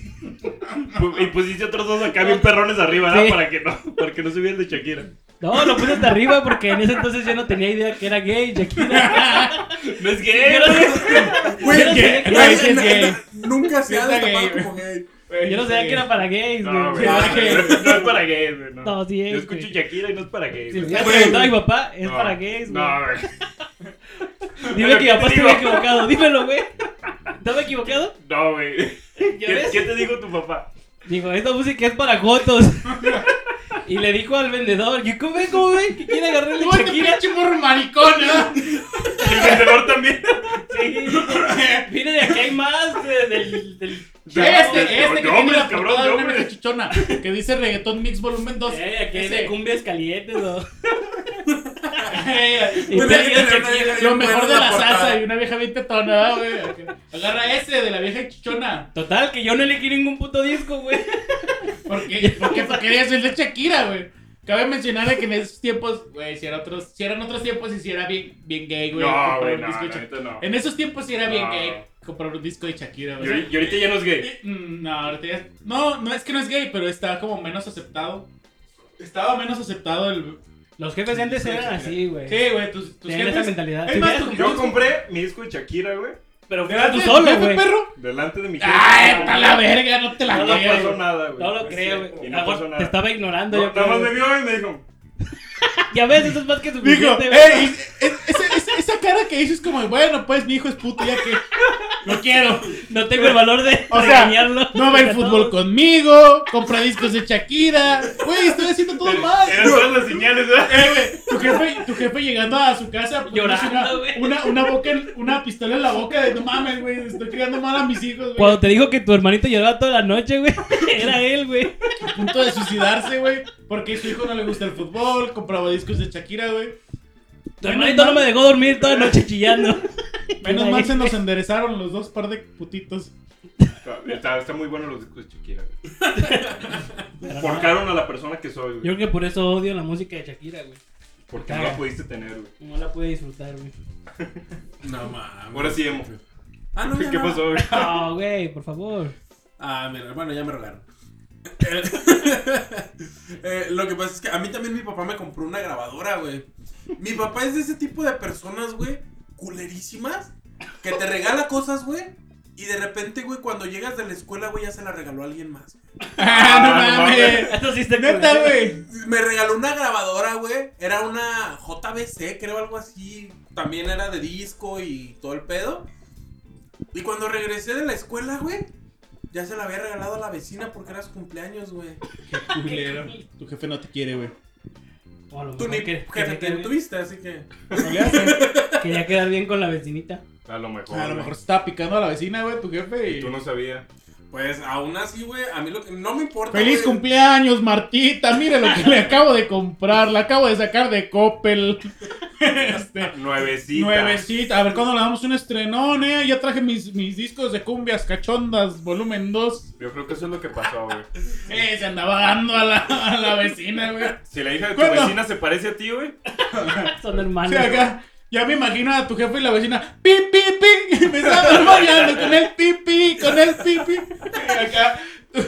Y pusiste otros dos acá bien perrones arriba, ¿no? Sí. Para que no, para que no se viera el de Shakira. No, lo puse hasta arriba porque en ese entonces yo no tenía idea que era gay, Shakira. No es gay. Yo no, Güey, Yo no sabía que güey, era gay. n- n- Nunca se ha Sí está destapado gay, como gay. güey, yo no sabía que era para gays, güey. No, güey. Sí, No, es que- no es para gays, güey. No. No, sí es, Yo escucho güey. Shakira y no es para gays. Si güey. me has Güey. preguntado a mi papá, es No. para gays, güey. No, güey. Dime que mi Digo. papá estuvo equivocado, dímelo, güey. ¿Estaba equivocado? No, güey. ¿Ya ¿Qué, ves? qué te dijo tu papá? Digo, esta música es para Jotos. y le dijo al vendedor, ¿y cómo ven, cómo ven? ¿Que quiere agarrar el Tú, este Shakira? pinche morro maricón, ¿eh? El vendedor también. Sí, Sí. Mira, de aquí hay más de- del, del... Este, de- este de que tiene hombres, la cabrón, portada de de una hombres. cachichona que dice reggaetón mix volumen 2. Eh, aquí hay Ese. de cumbias calientes o... Ey, Muy bien, y te- bien, te- bien, Lo bien mejor buena de la la portada. salsa y una vieja bien tetona, ¿no, güey. Agarra ese de la vieja chichona. Total, que yo no elegí ningún puto disco, güey. Porque, porque tú querías el de Shakira, güey. Cabe mencionar que en esos tiempos, güey, si, era otros, si eran otros tiempos y si era bien, bien gay, güey. No, comprar güey, un no, disco de la Shak- neta no. En esos tiempos sí era bien No. gay comprar un disco de Shakira, Y ahori- güey. y ahorita ya no es gay. Eh, mm, No, ahorita ya- No, no es que no es gay, pero está como menos aceptado. Estaba menos aceptado el. Los jefes de Pues antes eran así, güey. Sí, güey, tus, tus Tenían esa jefes- mentalidad. Es Si más, hubieras tus- Yo compré mi disco de Shakira, güey. Pero fue delante tú de tu solo, jefe, güey. perro. Delante de mi jefe. ¡Ay, está la verga! No te la No, no, no pasó nada, güey. No lo creo, es cierto. güey. Pues Y A no lo mejor pasó nada. Te estaba ignorando. No, yo nada creo, más me güey. vio y me dijo, Ya ves, eso es más que suficiente. Dijo, güey. ¡ey! es- es- esa- Esa cara que hizo es como, bueno, pues mi hijo es puto, ya que. Lo quiero. No tengo el valor de O sea, regañarlo. No ve el A todos. fútbol conmigo, compra discos de Shakira. Güey, estoy haciendo todo mal. eran todas las señales, ¿verdad? Eh, güey, tu jefe, tu jefe llegando a su casa poniéndose Llorando, una, güey. una, una boca en- una pistola en la boca de no mames, güey, estoy criando mal a mis hijos, güey. Cuando te dijo que tu hermanito lloraba toda la noche, güey. Era él, güey. A punto de suicidarse, güey, porque su hijo no le gusta el fútbol, compraba discos de Shakira, güey. Tu hermanito no me dejó dormir toda la noche chillando. Menos mal se nos enderezaron los dos par de putitos. Está, está muy bueno los discos de Shakira, güey. Porcaron a la persona que soy, Yo Ah. güey. creo que por eso odio la música de Shakira, güey. Porque no la pudiste tener, güey. No la pude disfrutar, güey. No mames. Ahora sí, emo. Ah, no, ya ¿Qué no. pasó, güey? No, güey, por favor. Ah, mira, bueno, ya me rogaron. Eh, lo que pasa es que a mí también mi papá me compró una grabadora, güey. Mi papá es de ese tipo de personas, güey, culerísimas, que te regala cosas, güey, y de repente, güey, cuando llegas de la escuela, güey, ya se la regaló a alguien más. ¡Ah, no no mames! Eso sí está ¡Neta, culero. güey! Me regaló una grabadora, güey. Era una JBC, creo, algo así. También era de disco y todo el pedo. Y cuando regresé de la escuela, güey, ya se la había regalado a la vecina porque era su cumpleaños, güey. Culero. Tu jefe no te quiere, güey. O a lo Tú Pues, mejor ni que- jefe quería, te quedar- tuviste, así que. Pues, No le haces. quería quedar bien con la vecinita. A lo mejor. A lo güey. mejor se estaba picando a la vecina, güey, tu jefe. Y tú no sabías. Pues aún así, güey, a mí lo que. No me importa. ¡Feliz güey. cumpleaños, Martita! Mire lo que le acabo de comprar. La acabo de sacar de Coppel. Este, Nuevecita. nuevecita. A ver cuándo le damos un estrenón, ¿eh? Ya traje mis, mis discos de cumbias cachondas, volumen 2. Yo creo que eso es lo que pasó, güey. Eh, se andaba dando a la, a la vecina, güey. Si la hija de tu Bueno. vecina se parece a ti, güey. Son Sí, hermanos. acá. Ya me imagino a tu jefe y la vecina, pi, pi, pi, me estaban bailando con el pi, pi, con el pi, pi. Y Acá, tu,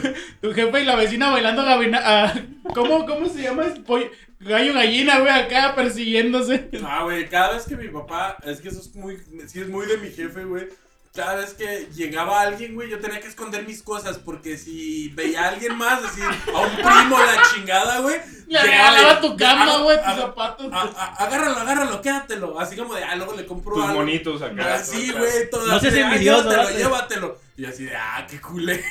tu jefe y la vecina bailando gabina, ah, ¿cómo, ¿cómo se llama? Es pollo- gallo gallina, güey, acá persiguiéndose. Ah, güey, cada vez que mi papá, es que eso es muy, sí es muy de mi jefe, güey. Cada vez que llegaba alguien, güey, yo tenía que esconder mis cosas porque si veía a alguien más, así, a un primo, la chingada, güey. Le llegaba regalaba y- tu cama, "Ag- güey, tus ag- zapatos. a- a- Agárralo, agárralo, quédatelo. Así como de, ah, luego le compro Tus algo. monitos acá. Así, todo acá. güey, todo No así seas de, "Ah, envidioso, llévatelo, date". llévatelo. Y así de, ah, qué culé.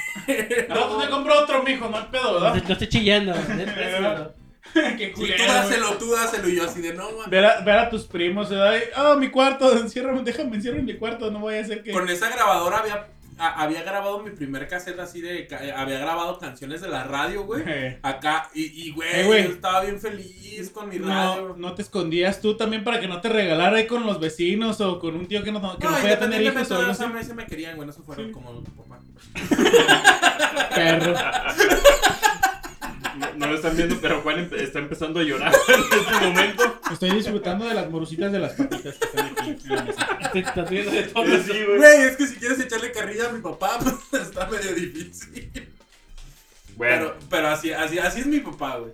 Al rato te compro otro, mijo, no hay pedo, No ¿verdad? estoy- no estoy chillando, güey. Ten precio. Qué Sí, culero, tú güey. dáselo, tú dáselo. Y yo así de, no, man. Ver a, ver a tus primos, ¿verdad? Y, Ah, mi cuarto, enciérrame, déjame, encierro en mi cuarto, no voy a hacer que... Con esa grabadora había, a- había grabado mi primer cassette así de. ca- eh, Había grabado canciones de la radio, güey. Eh. Acá, y, y, güey, Eh, güey. yo estaba bien feliz con mi radio. No, no te escondías tú también para que no te regalara ahí con los vecinos o con un tío que no, que no, No, podía tener independientemente hijos o de algo eso, así. a mí se me querían, güey. No se fueron como tu papá. Perro. No, no lo están viendo, pero Juan empe- está empezando a llorar en este momento. Estoy disfrutando de las morusitas de las patitas que están aquí. en la mesa. Te estás viendo de todo. Sí, güey. Güey, es que si quieres echarle carrilla a mi papá, pues está medio difícil. Bueno, Pero, pero así, así, así es mi papá, güey.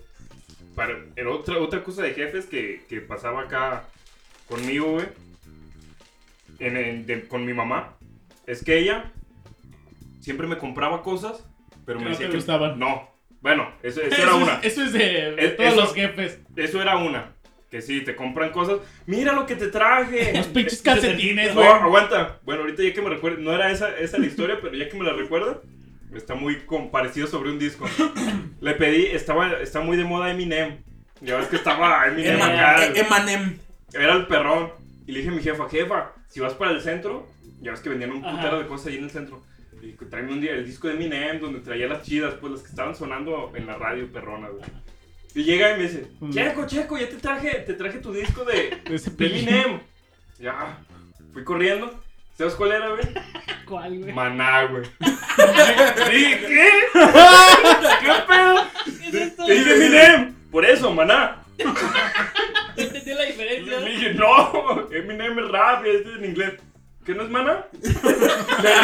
para- pero otra, otra cosa de jefes que, que pasaba acá conmigo, güey. en- en- de- con mi mamá. Es que ella siempre me compraba cosas, pero Que me no decía te que. gustaban. No. Bueno, eso, eso era Eso, una. es, eso es de, de Es- todos eso- los jefes. Eso era una. Que sí, te compran cosas. Mira lo que te traje. Los pinches calcetines, No, güey. aguanta. Bueno, ahorita ya que me recuerdo, no era esa, esa la historia, pero ya que me la recuerda, está muy comparecido sobre un disco. Le pedí, estaba, está muy de moda Eminem. Ya ves que estaba Eminem Ema- acá, eh, Emanem. Era el perrón. Y le dije a mi jefa, jefa, si vas para el centro, Ya ves que vendían un Ajá. putero de cosas ahí en el centro. Y que traían un día el disco de Eminem, donde traía las chidas, pues las que estaban sonando en la radio perrona, güey. Y llega y me dice, Mm. Checo, Checo, ya te traje, te traje tu disco de, Ese de pinche- Eminem. Ya, fui corriendo. ¿Sabes cuál era, güey? ¿Cuál, güey? Maná, güey. Dije, ¿qué? ¿Qué pedo? ¿Qué es esto? Te dije Eminem. Por eso, Maná. No entendí la Y diferencia. le dije, no, Eminem es rap, este es en inglés. ¿Qué no es Maná?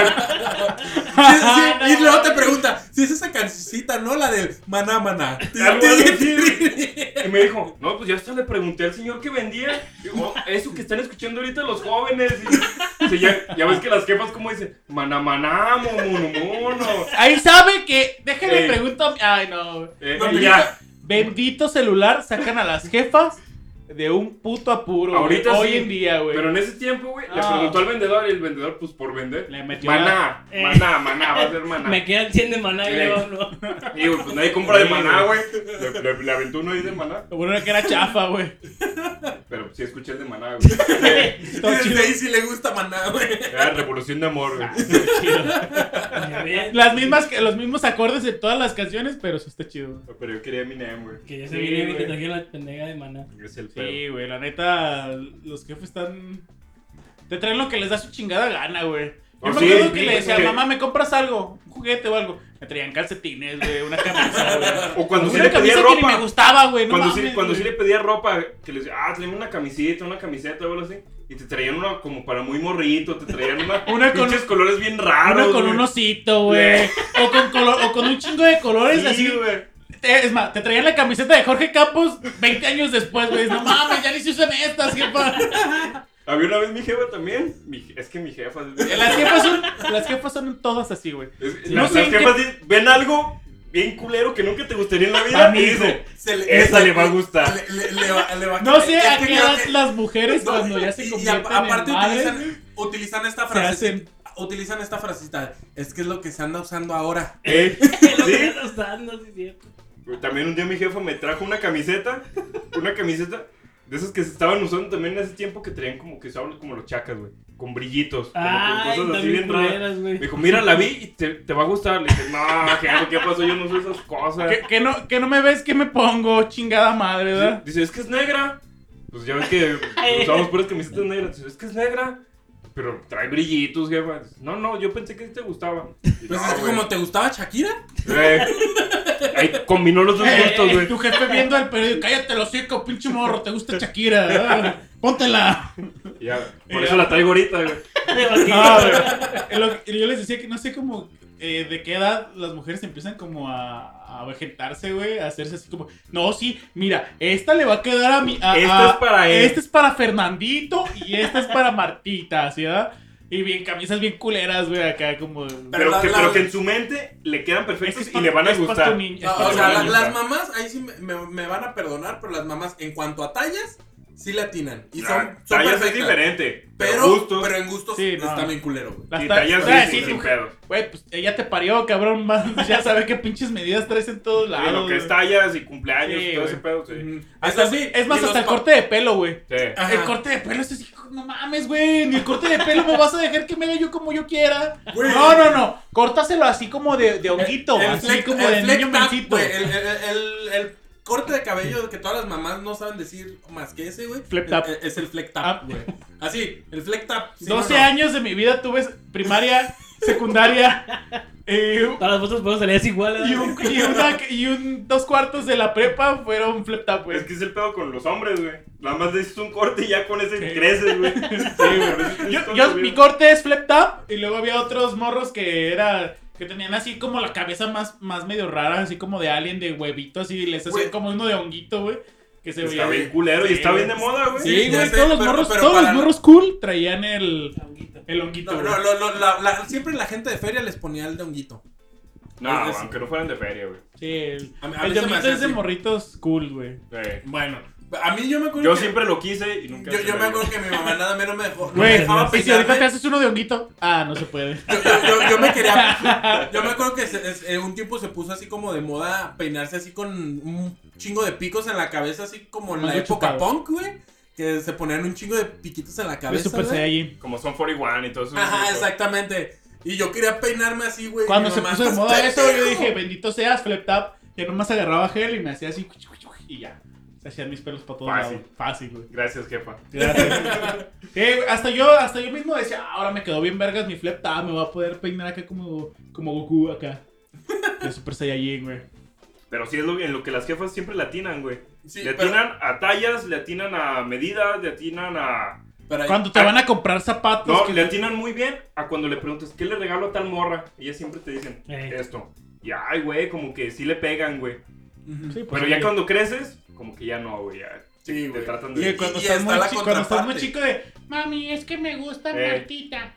Sí, Ah, sí, y luego te pregunta, si es esa cancita, ¿no? La del maná, maná. Algo así. Y me dijo, no, pues ya hasta le pregunté al señor que vendía. Digo, "Oh, eso que están escuchando ahorita los jóvenes. Y, o sea, ya, ya ves que las jefas como dicen, maná, maná, mono, mono. Ahí sabe que. Déjenle Ey. preguntar. Ay, no. Eh, No, y ya, Bendito celular, sacan a las jefas de un puto apuro. güey, Ahorita Hoy sí, en día, güey. pero en ese tiempo, güey, le Ah. preguntó al vendedor y el vendedor, pues por vender. Le metió la- Maná, Eh. maná, maná, va a ser maná. Me quedan 100 de maná y Eh. yo no. Y güey, pues nadie compra de maná, güey. Le, le- le aventó uno ahí de maná, Lo bueno era que era chafa, güey. pero sí escuché el de maná, güey. Todo Y chido. desde ahí sí le gusta maná, güey. Era revolución de amor, güey. Ya ves, Las mismas, los mismos acordes de todas las canciones, pero eso está chido. güey. Pero yo quería Eminem, güey. Que ya Sí, se viene y güey. te trajeron la pendeja de maná. Es el pedo. Sí, güey, la neta, los jefes están. Te traen lo que les da su chingada gana, güey. Yo Oh, me sí, acuerdo que sí, le decía, porque- mamá, ¿me compras algo? ¿Un juguete o algo? Me traían calcetines, güey, una camisa, güey. O cuando sí una le pedía camisa que ni me ropa. gustaba, güey. No cuando sí, mames, cuando sí güey. le pedía ropa, que les decía, ah, tráeme una camiseta, una camiseta o algo así. Y te traían una como para muy morrito, te traían una, Una con- pinches colores bien raros. Uno con güey. un osito, güey. O con, color, o con un chingo de colores Sí, así. güey. Te- es más, te traían la camiseta de Jorge Campos 20 años después, güey. No mames, ya ni se usan estas, jefa. Había una vez mi jefa también. mi je- es que mi jefa. Las jefas son, las jefas son todas así, güey. es- no las- sé las en qué- jefas dicen, ven algo bien culero que nunca te gustaría en la Pa' vida. mí, Y dice, Se Esa le va a gustar. Le, le- le va, le va a- No sé Es a que qué creo edad que- las mujeres no, cuando ya se y- y convierten a- aparte en madres, utilizan, utilizan esta se frase. hacen- Utilizan esta frasecita. Es que es lo que se anda usando ahora. eh, Lo que ¿sí? estás usando, sí, es cierto. También un día mi jefa me trajo una camiseta, una camiseta de esas que se estaban usando también en ese tiempo que traían como que usaban como los chacas, güey, con brillitos, como Ay, con cosas así también bien raras. culeras, Me güey. dijo, mira, la vi y te, te va a gustar. Le dije, no, Gerardo, ¿qué pasó? Yo no uso esas cosas. ¿Qué, qué no, qué no me ves? ¿Qué me pongo? Chingada madre, ¿verdad? Dice, es que es negra. Pues ya ves que usamos puras camisetas negras. Dice, es que es negra. Pero trae brillitos, jefa. Dice, no, no, yo pensé que sí te gustaba. Dice, Pues "No, es que güey". como te gustaba Shakira. Eh, ahí combinó los dos Eh, gustos, güey. Tu jefe viendo el periódico, cállate los hocico, pinche morro, te gusta Shakira, ¿verdad? Póntela. Y ya, por eso la traigo ahorita, güey. De vaquero. No, güey. Eh, lo- y yo les decía que no sé cómo eh, de qué edad las mujeres empiezan como a, a vegetarse, güey, a hacerse así como, no, sí, mira, esta le va a quedar a mi... Esta a- a- Este es para él. Esta Este es para Fernandito y esta es para Martita, ¿sí, verdad? Y bien, camisas bien culeras, güey, acá como... Pero, la- que, la- pero que en su mente le quedan Es que perfectos es y pa- le van a es pa' tu gustar. niña, es No, pa' o tu sea, la- niña. las mamás, ahí sí me, me- me van a perdonar, pero las mamás, en cuanto a tallas, sí le atinan. Y son, Ah, son tallas es perfectas. diferente. Pero, Pero, gustos. pero en gustos Sí, no. está bien culero, güey. Las sí, ta- tallas o sea, sí, sí, sí, sin tu- pedo. Güey, pues ella te parió, cabrón, más, ya sabe qué pinches medidas traes en todos Sí, lados. lo que güey. es tallas y cumpleaños Sí, y todo ese güey. pedo, sí. Ujú. Hasta- Eso sí, es más, y los hasta el pa- corte de pelo, güey. Sí. Ajá. El corte de pelo es así, no mames, güey. Ni el corte de pelo me vas a dejar que me haga yo como yo quiera. Güey. No, no, no. Córtaselo así como de, de honguito. El así fleck- como de el fleck niño tap, mencito. güey, El, el- el- el corte de cabello que todas las mamás no saben decir más que ese, güey. e, Fleck tap. Es, es el fleck Ah. tap, güey. Así, el fleck tap. sí, 12 no, no. años de mi vida tuve primaria, secundaria eh, Todas las fotos podemos salir así igual. ¿eh? y, un, y, una- y un dos cuartos de la prepa fueron flip tap, güey. Es que es el pedo con los hombres, güey. Nada más le dices un corte y ya con ese Sí. creces, güey. Yo, yo- mi corte es flip tap y luego había otros morros que era que tenían así como la cabeza más, más medio rara, así como de alien de huevito, así les hacían Güey. como uno de honguito, güey. Que se Está veía bien culero y Sí, está bien de güey. moda, güey. Sí, Sí, ya güey, sé, todos los pero- morros, pero todos para los la- morros cool traían el, Honguito. el honguito, No, güey. no, lo- lo- la- la- siempre la gente de feria les ponía el de honguito. No, Es- aunque no fueran de feria, güey. Sí, el, A mí- a el mí se me honguito hace es de así. morritos cool, güey. Sí. Bueno, a mí yo me acuerdo Yo que- siempre lo quise y nunca Yo, se yo me dio. acuerdo que mi mamá nada menos me dejó. no me Güey, dejaba y si ahorita te peinarme. haces uno de honguito, ah, no se puede. Yo, yo- yo- yo me quería. Yo me acuerdo que se- es- eh, un tiempo se puso así como de moda peinarse así con un chingo de picos en la cabeza, así como en Más la de época chupado. punk, güey. que se ponían un chingo de piquitos en la De cabeza. Super güey. Saiyajin. Como son 41 y todo eso. Ajá, exactamente. Y yo quería peinarme así, güey. Cuando y se nomás puso de estás moda eso, yo pendejo. dije, bendito seas, Flip Tap. Yo nomás agarraba gel y me hacía así, y ya. Se hacían mis pelos para todos Fácil. lados. Fácil, güey. Gracias, jefa. Eh, güey, hasta yo, hasta yo mismo decía, "Ah, ahora me quedó bien vergas mi flip tap, me voy a poder peinar acá como, como Goku acá. De Super Saiyajin, güey. Pero sí es lo, en lo que las jefas siempre le atinan, güey. Sí, le pero- atinan a tallas, le atinan a medidas, le atinan a... pero ahí- Cuando te van a comprar zapatos, No, que- le atinan muy bien a cuando le preguntas, ¿qué le regalo a tal morra? Ellas siempre te dicen, Eh. esto. Y ay, güey, como que sí le pegan, güey. Ujú. Sí, pues, Pero sí. ya cuando creces, como que ya no, güey. Ya Sí, te güey. tratan Y de... cuando, y estás está muy la chi- cuando estás muy contraparte. chico de, Mami, es que me gusta Eh. Martita.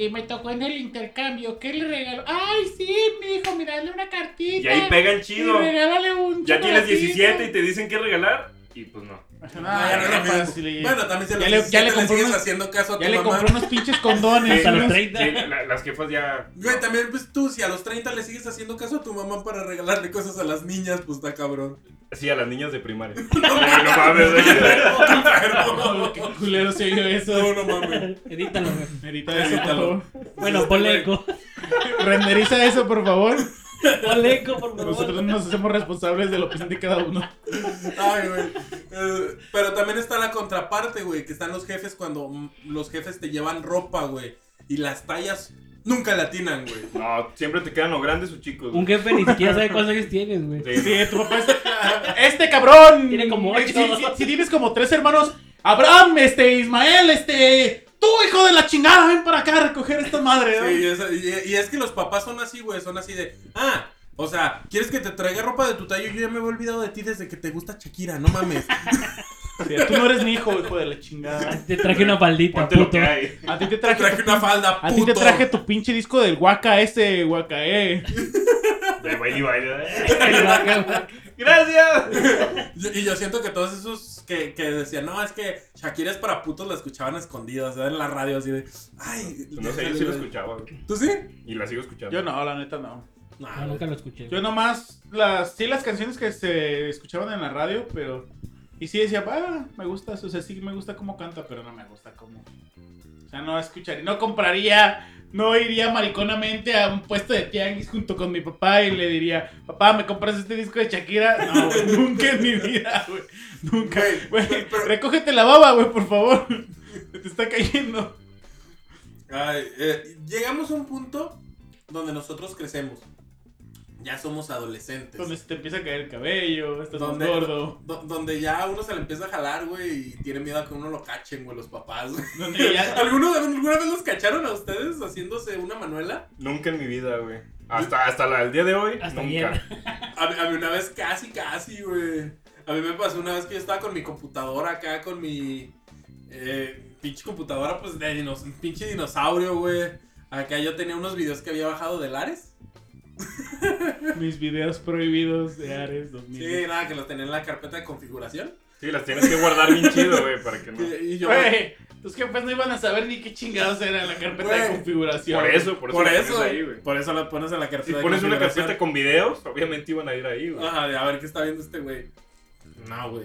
Y me tocó en el intercambio. ¿Qué le regaló? ¡Ay, sí, mijo! Mirale una cartita. Y ahí pegan Y chido. regálale un Ya tienes chocolatito. 17 y te dicen qué regalar. Y pues no. Ah, "Ah, no, ya no, no, fácil", y- Bueno, también se Ya le- le, ya le compró sigues unos- haciendo caso a tu ya le mamá. compré unos pinches condones. Sí, Hasta los unos- 30. Sí, la- las jefas ya. Güey, también pues tú, si a los 30 le sigues haciendo caso a tu mamá para regalarle cosas a las niñas, pues está cabrón. Sí, a las niñas de primaria. Sí, no mames, güey. Enfermo. Qué culero se oyó No, eso. no mames. Edítalo, güey. Edita eso, por favor. Bueno, ponle eco. Renderiza eso, por favor. Ponle eco, por favor. Nosotros nos hacemos responsables de la opinión de cada uno. Ay, güey. Eh, Pero también está la contraparte, güey, que están los jefes cuando mm, los jefes te llevan ropa, güey, y las tallas nunca la atinan, güey. No, siempre te quedan o grandes o chicos. Un güey. jefe ni siquiera sabe cuántos años tienes, güey. Sí, Sí, tu papá es. ¡Este cabrón! Tiene como ocho. Si, si- si tienes como tres hermanos, Abraham, este, Ismael, este. Tú, hijo de la chingada, ven para acá a recoger esta madre. ¿no? Sí, y es- y, y es que los papás son así, güey, son así de, ah, o sea, ¿quieres que te traiga ropa de tu tallo? Yo ya me he olvidado de ti desde que te gusta Shakira, no mames. Sí, tú no eres mi hijo, hijo de la chingada. Te traje una faldita, Ponte lo puto. que hay. A ti te Te traje. traje tu- una falda, A puto. ti te traje tu pinche disco del Waka ese, Waka, eh. De baile y baile. Ahí va, güey. ¡Gracias! Yo- Y yo siento que todos esos que, que decían, no, es que Shakira es para putos, la escuchaban a escondidas, ¿verdad? en la radio, así de, ay. Pues No sé, yo sí lo escuchaba. güey. ¿Tú sí? Y la sigo escuchando. Yo no, la neta no. No, No, nunca lo escuché. Yo nomás, las, sí, las canciones que se escuchaban en la radio, pero. Y sí decía, ah, me gusta, o sea, sí me gusta cómo canta, pero no me gusta cómo. O sea, no escucharía, no compraría, no iría mariconamente a un puesto de tianguis junto con mi papá y le diría, papá, ¿me compras este disco de Shakira? No, güey, nunca en mi vida, güey. Nunca. Güey, Güey, pero- pero- recógete la baba, güey, por favor. Se te está cayendo. Ay, eh, llegamos a un punto donde nosotros crecemos. Ya somos adolescentes. Donde se te empieza a caer el cabello, estás más Donde- gordo. do- donde ya uno se le empieza a jalar, güey, y tiene miedo a que uno lo cachen, güey, los papás. güey. Donde ya ¿Alguno, ¿Alguna vez los cacharon a ustedes haciéndose una manuela? Nunca en mi vida, güey. Hasta, hasta la- el día de hoy, Hasta nunca. A, mí- a mí una vez casi, casi, güey. A mí me pasó una vez que yo estaba con mi computadora acá, con mi eh, pinche computadora, pues de dinos, pinche dinosaurio, güey. Acá yo tenía unos videos que había bajado de Lares. Mis videos prohibidos de Ares Sí, 2000. nada, que los tenía en la carpeta de configuración. Sí, las tienes que guardar bien chido, güey, para que no. Y, y yo, Güey, tus jefes no iban a saber ni qué chingados era la carpeta de Güey, configuración. Por eso, por eso. por las eso, pones ahí, güey. por eso la pones en la Ah. carpeta Si de pones una configuración. carpeta con videos, obviamente iban a ir ahí, güey. Ajá, de a ver qué está viendo este güey. No, güey.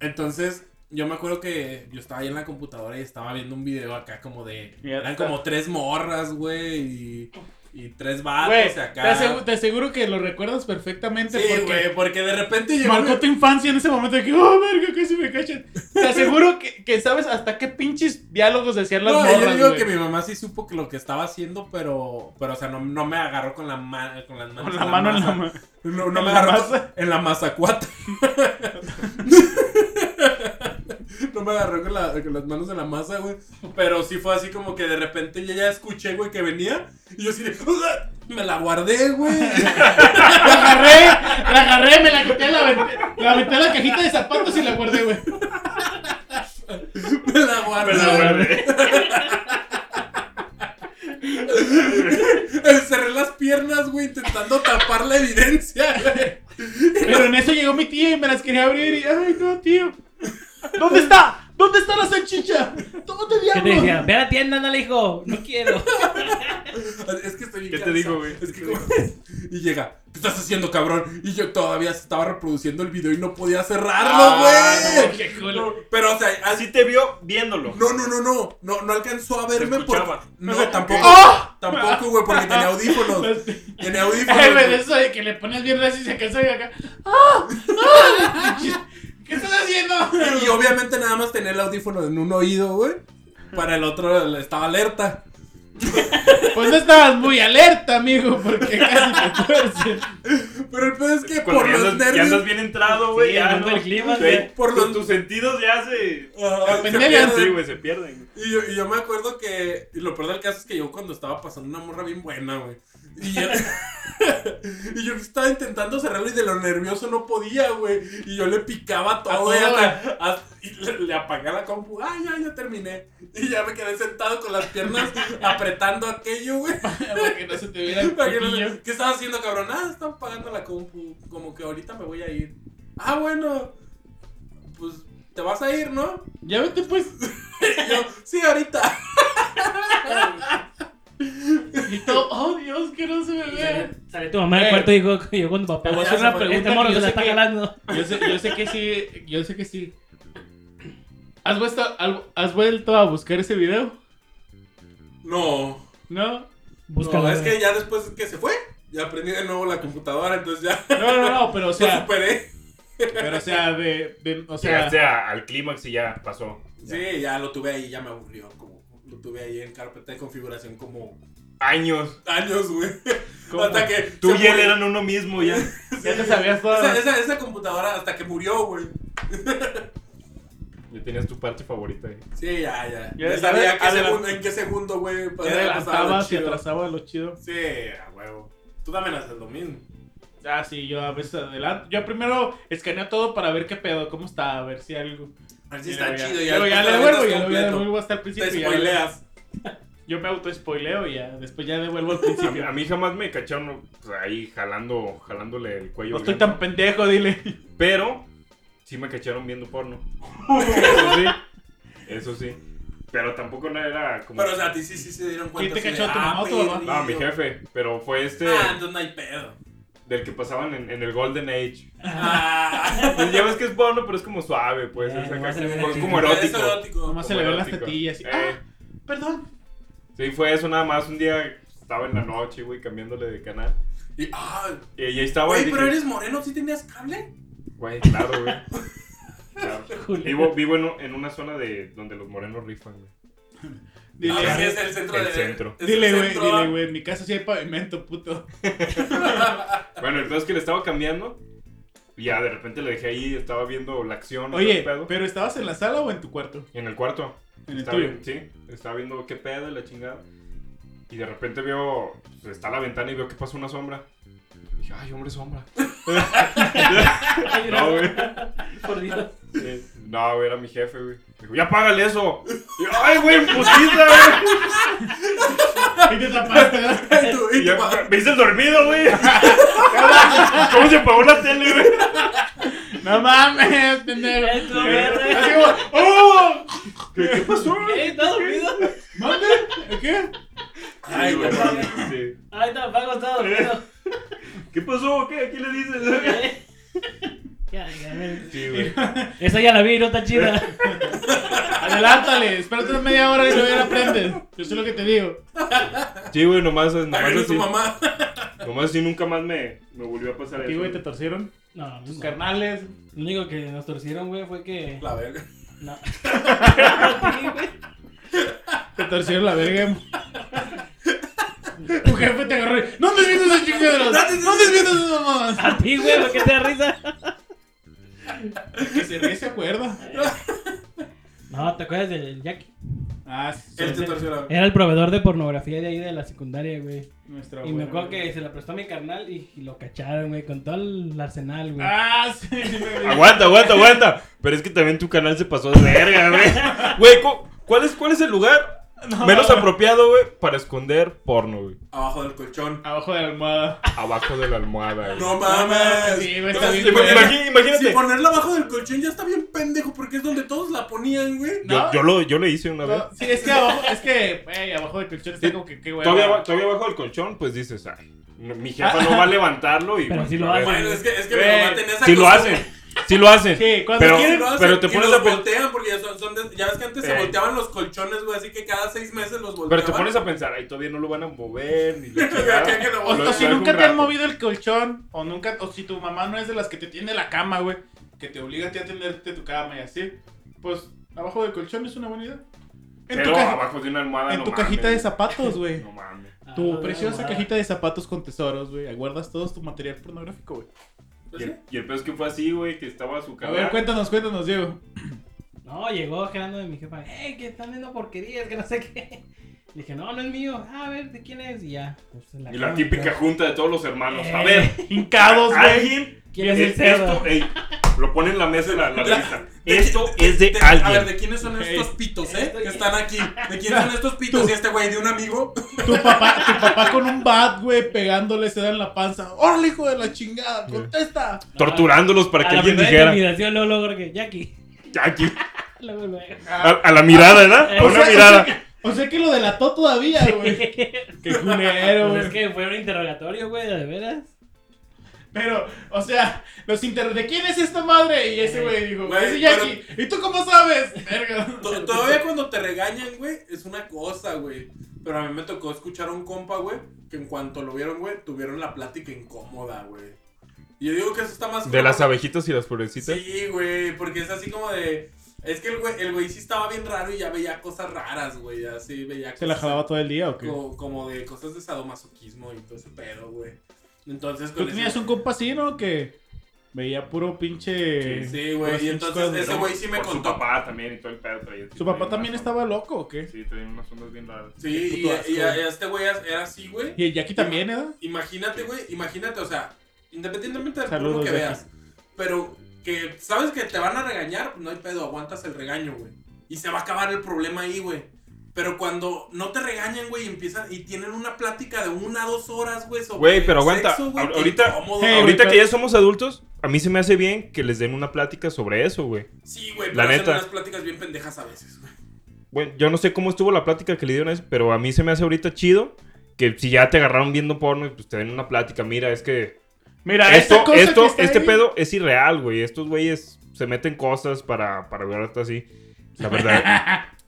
Entonces, yo me acuerdo que yo estaba ahí en la computadora y estaba viendo un video acá como de. Ya Eran está. como tres morras, güey, y, y tres vatos Güey, te, ah, pues, acá. asegu- te aseguro que lo recuerdas perfectamente Sí, porque güey, porque de repente llegó. marcó tu infancia en ese momento de que, oh, verga, casi me cachan. Te aseguro que, que sabes hasta qué pinches diálogos decían las No, yo morras, digo güey. que mi mamá sí supo que lo que estaba haciendo, pero, pero o sea, no, no me agarró con la mano, con las manos. Con la mano en la masa. mano. No, no ¿En me la agarró masa? en la mazacuata. no me agarró con, la- con las manos en la masa, güey. Pero sí fue así como que de repente yo ya escuché, güey, que venía. Y yo sí de, "Ugh", me la guardé, güey. La agarré, la agarré, me la quité, la aventé, la aventé a la cajita de zapatos y la guardé, güey. me la guardé. Me la guardé. Cerré las piernas, güey, intentando tapar la evidencia, güey. Pero en eso llegó mi tía y me las quería abrir y, ay, no, tío. ¿Dónde está? ¿Dónde está la salchicha? ¿Dónde ¿Qué te decía? diablos? Ve a la tienda, ándale, hijo. No quiero. Es que estoy bien ¿Qué te cansado. digo, güey? Es que como- Y llega, ¿qué estás Ah, haciendo, cabrón? Y yo todavía estaba reproduciendo el video y no podía cerrarlo, güey. Qué culo. güey. Pero, o sea, así. Así te vio viéndolo. No, no, no, no. No, no alcanzó a verme Se por. escuchaba. No, O sea, tampoco. Tampoco, güey, porque tenía audífonos. Tenía audífonos. Ay, güey, de güey. eso de que le pones bien recio y se cansa y acá. ¡Ah! ¡Ah! ¿Qué estás haciendo? Y obviamente nada más tenía el audífono en un oído, güey. Para el otro estaba alerta. Pues no estabas muy alerta, amigo, porque casi te tuerces. Pero el pedo es que Cuando por ya los andas, ya andas nervios. bien entrado, güey. Sí, ya el mundo no. del clima, Güey, güey. Por tu- los- tus sentidos ya se. Ajá, Te se pendejas, pierden. Sí, güey, se pierden. Y yo, y yo me acuerdo que. Y lo peor del caso es que yo cuando estaba pasando una morra bien buena, güey. Y yo, y yo estaba intentando cerrarlo y de lo nervioso no podía, güey. Y yo le picaba todo A y, todo, hasta- hasta- y le, le apagué la compu. Ah, ya, ya terminé. Y ya me quedé sentado con las piernas apretando aquello, güey. Para que no se te viera el Para que no- pipillo. ¿Qué estaba haciendo, cabrón? Ah, estaba pagando la compu. Como que ahorita me voy a ir. Ah, bueno. Pues te vas a ir, ¿no? Ya vete, pues. Y yo, sí, ahorita. Y todo, oh Dios, que no se me vea. Sale tu mamá del cuarto y dijo, yo cuando papá, voy a hacer una pregunta, este morro se la está jalando. Yo sé, yo sé que sí, yo sé que sí. ¿Has vuelto, al- ¿Has vuelto a buscar ese video? No. ¿No? Búscalo. eh. No, es que ya después que se fue, ya aprendí de nuevo la computadora, entonces ya No, no, no, pero o lo sea, superé. pero o sea, de, de- o sea, Llegaste a- al clímax y ya pasó. Ya. Sí, ya lo tuve ahí, ya me aburrió. Como, lo tuve ahí en carpeta de configuración como Años. años, güey. ¿Cómo? Hasta que. Tú se y él murió. eran uno mismo ya. ya te sabías todas Esa, las- esa, esa computadora hasta que murió, güey. Ya tenías tu parte favorita ahí. Sí, ya, ya. Ya Ya, sabía adelan- qué adelan- segundo- en qué segundo, güey. Ya pasaba lo adelantabas y chido. atrasaba lo chido. Sí, a huevo. Tú también haces lo mismo. Ah, sí, yo a veces adelanto. Yo primero escaneo todo para ver qué pedo, cómo está, a ver si algo. A ver si Y está luego ya- chido. luego ya después le te aventas devuelvo, ya luego ya le completo. devuelvo hasta el principio. Te ya- spoileas. yo me auto-spoileo y ya, después ya devuelvo al A mí, principio. a mí jamás me cacharon pues, ahí jalando, jalándole el cuello. No al estoy ganso. tan pendejo, dile. Pero sí me cacharon viendo porno. Eso sí. Eso sí. Pero tampoco no era como. Pero, o sea, a ti sí, sí se dieron cuenta. te así de, cachó, tu "Ah, mamá o tu papá?" perrillo. no, mi jefe. Pero fue este Ah, entonces no hay pedo. del que pasaban en, en el Golden Age. Ah, Pues ya ves que es porno, pero es como suave, pues. Eh, es, acá nomás se le como, ve es como es erótico. erótico. Nomás se Como le ven las erótico. tetillas y- Eh, ¡Ah! Perdón. Sí, fue eso nada más. Un día estaba en la noche, güey, cambiándole de canal. Y, ah, Y, y ahí estaba. y güey, dije, pero eres moreno, ¿sí tenías cable? Güey, claro, güey. Claro. Julio. Vivo, vivo en, un- en una zona de donde los morenos rifan, güey. Dile, Ah, sí, es el centro El de- centro. es el dile, güey, centro. dile, güey. En mi casa sí hay pavimento, puto. Bueno, entonces que le estaba cambiando. Y ya de repente le dejé ahí, estaba viendo la acción. todo Oye, el pedo. ¿pero estabas en la sala o en tu cuarto? En el cuarto. En el Estaba tuyo. vi- sí, estaba viendo qué pedo y la chingada. Y de repente veo, pues, está la ventana y veo que pasa una sombra. Y dije, ay, hombre, sombra. Ay, No, güey. Por Dios. Eh, No, güey, era mi jefe, güey. Dijo, ya págale eso. Y yo, ay, güey, putiza, güey. Y te tapaste, ¿verdad? Y tú- y Y tú, ya, pa- me hice el dormido, güey. ¿Cómo se apagó la tele, güey? No mames, pendejo. Esto, verga. Así como, ¡Oh! ¿Qué, qué pasó? ¿Eh? ¿Está dormido? ¿Mande? ¿Qué? Ay, Sí, güey, no sí. Ay, está Paco está dormido. ¿Qué pasó? ¿Qué? ¿A quién le dices? ¿Eh? Ya, ya, ven. Sí, güey. Esa ya la vi, no está chida. Adelántale, espérate una media hora y luego ya la aprendes. Yo sé lo que te digo. Sí, güey, nomás, ahí nomás viene tu así. mamá. Nomás así nunca más me, me volvió a pasar Aquí, eso. güey, te torcieron No, tus no. carnales. Lo único que nos torcieron, güey, fue que. La verga. No. Te torcieron la verga. Tu jefe te agarró. y, ¡No desvíes esas chingaderas! ¡No desvíes esas mamadas! A ti, güey, ¿por qué te da risa? Que se ríe, se acuerda. No, ¿te acuerdas del Jackie? Ah, sí. Él te torció la- Era el proveedor de pornografía de ahí de la secundaria, güey. Ah, Nuestra Y me abuela, acuerdo güey. que se la prestó a mi carnal y, y lo cacharon, güey, con todo el arsenal, güey. Ah, sí. me- Aguanta, aguanta, aguanta. Pero es que también tu canal se pasó de verga, güey. Güey, cu- ¿cuál es, ¿cuál es el lugar menos apropiado, güey, para esconder porno, güey? Abajo del colchón. Abajo de la almohada. Abajo de la almohada, güey. No mames, mames. sí, güey, No, está si bien, Ima- güey. ponerla- imagi- imagínate. Si ponerla abajo del colchón ya está bien pendejo porque es donde todos la ponían, güey. yo, yo lo, yo lo hice una vez. No, sí, es que abajo, es que, güey, abajo del colchón está como que, qué güey. Ah. Todavía, ba- todavía abajo del colchón, pues dices, ay, no- mi jefa no va a levantarlo y... Pero bueno, sí lo a hace. ver. Bueno, es que, es que mi Güey, mamá tenía esa Sí lo costumbre- hacen. Sí lo hace. Sí, cuando pero, quieren- pero te pones a a pensar. voltean porque ya, son, son de- ya ves que antes se Ey. volteaban los colchones, güey, así que cada seis meses los volteaban. Pero te pones a pensar, ay, todavía no lo van a mover, ni la chingada". Que- que lo O, voltean. o si Lo- lo nunca algún te han rato. movido el colchón, o nunca, o si tu mamá no es de las que te tiende la cama, güey, que te obliga a ti a tenderte tu cama y así, pues abajo del colchón es una buena idea. En tu, Pero caja- abajo de una almohada. en no tu mames. cajita de zapatos, güey. No mames. Tu Ah, preciosa ah. cajita de zapatos con tesoros, güey. Guardas todo tu material pornográfico, güey. Y el, y el peor es que fue así, güey, que estaba su A cama. ver, cuéntanos, cuéntanos, Diego. No, llegó Gerardo de mi jefa. ¡Eh, que están viendo porquerías! Que no sé qué. Le dije, no, no es mío. "Ah, a ver, ¿de quién es? Y ya. pues, en Y la cama, típica Eh. ya. junta de todos los hermanos. A Eh, ver, Hincados, güey. alguien. ¿Quién es el es- cerdo? esto, ey, lo pone en la mesa de la, la La- revista. de- Esto de- es de de- A ver, alguien. ¿de quiénes son Ok. estos pitos, eh? Estoy- Que están aquí. ¿De quiénes son estos pitos? ¿Y este güey de un amigo? Tu papá, tu papá con un bat, güey, pegándole, se da en la panza. ¡Órale, hijo de la chingada! ¡Contesta! Torturándolos para A que la alguien primera dijera. intimidación, luego, luego, que, Jackie. Aquí, Luego, luego. a, Ah. a la mirada, ¿verdad? A O una sea, O mirada. sea, que, o sea que lo delató todavía, güey. Qué culero, Pues güey. es que fue un interrogatorio, güey, de veras. Pero, o sea, los inter... ¿De quién es esta madre? Y ese güey dijo, Güey, es de Jackie. ¿Y tú cómo sabes? Verga. To- Todavía cuando te regañan, güey, es una cosa, güey. Pero a mí me tocó escuchar a un compa, güey, que en cuanto lo vieron, güey, tuvieron la plática incómoda, güey. Y yo digo que eso está más... De como- las abejitas y las florecitas. Sí, güey, porque es así como de... Es que el güey, el güey sí estaba bien raro y ya veía cosas raras, güey. Así veía ¿Se la cosas jalaba todo el día o qué? co- como de cosas de sadomasoquismo y todo ese pedo, güey. Entonces, ¿Tú con tenías ese- un compa así, no? Que veía puro pinche... Sí, güey. Y puras pinches entonces cosas de ese drama. güey sí me Por Su contó. papá también y todo el pedo. traía- ¿Su papá traía también unas estaba loco o qué? ondas- Sí, traía unas ondas bien raras. Sí, y, Qué puto y- y asco, güey. este güey era así, güey. ¿Y el Jackie también, eh? Imagínate, güey, imagínate, o sea, independientemente del Saludos, porno que Jackie. veas, pero que sabes que te van a regañar, pues no hay pedo, aguantas el regaño, güey. Y se va a acabar el problema ahí, güey. Pero cuando no te regañan, güey, y empiezan y tienen una plática de una, dos horas, güey, sobre Güey, pero aguanta, sexo, güey, ahor- qué ahorita- incómodo, Hey, güey. Ahorita pero- que ya somos adultos, a mí se me hace bien que les den una plática sobre eso, güey. Sí, güey, pero la hacen neta. unas pláticas bien pendejas a veces, güey. Bueno, yo no sé cómo estuvo la plática que le dieron a eso, pero a mí se me hace ahorita chido que si ya te agarraron viendo porno, pues te den una plática. Mira, es que Mira, esta esto, Ah, cosa que esto, está este ahí- pedo es irreal, güey. Estos güeyes se meten cosas para, para ver hasta así. La verdad,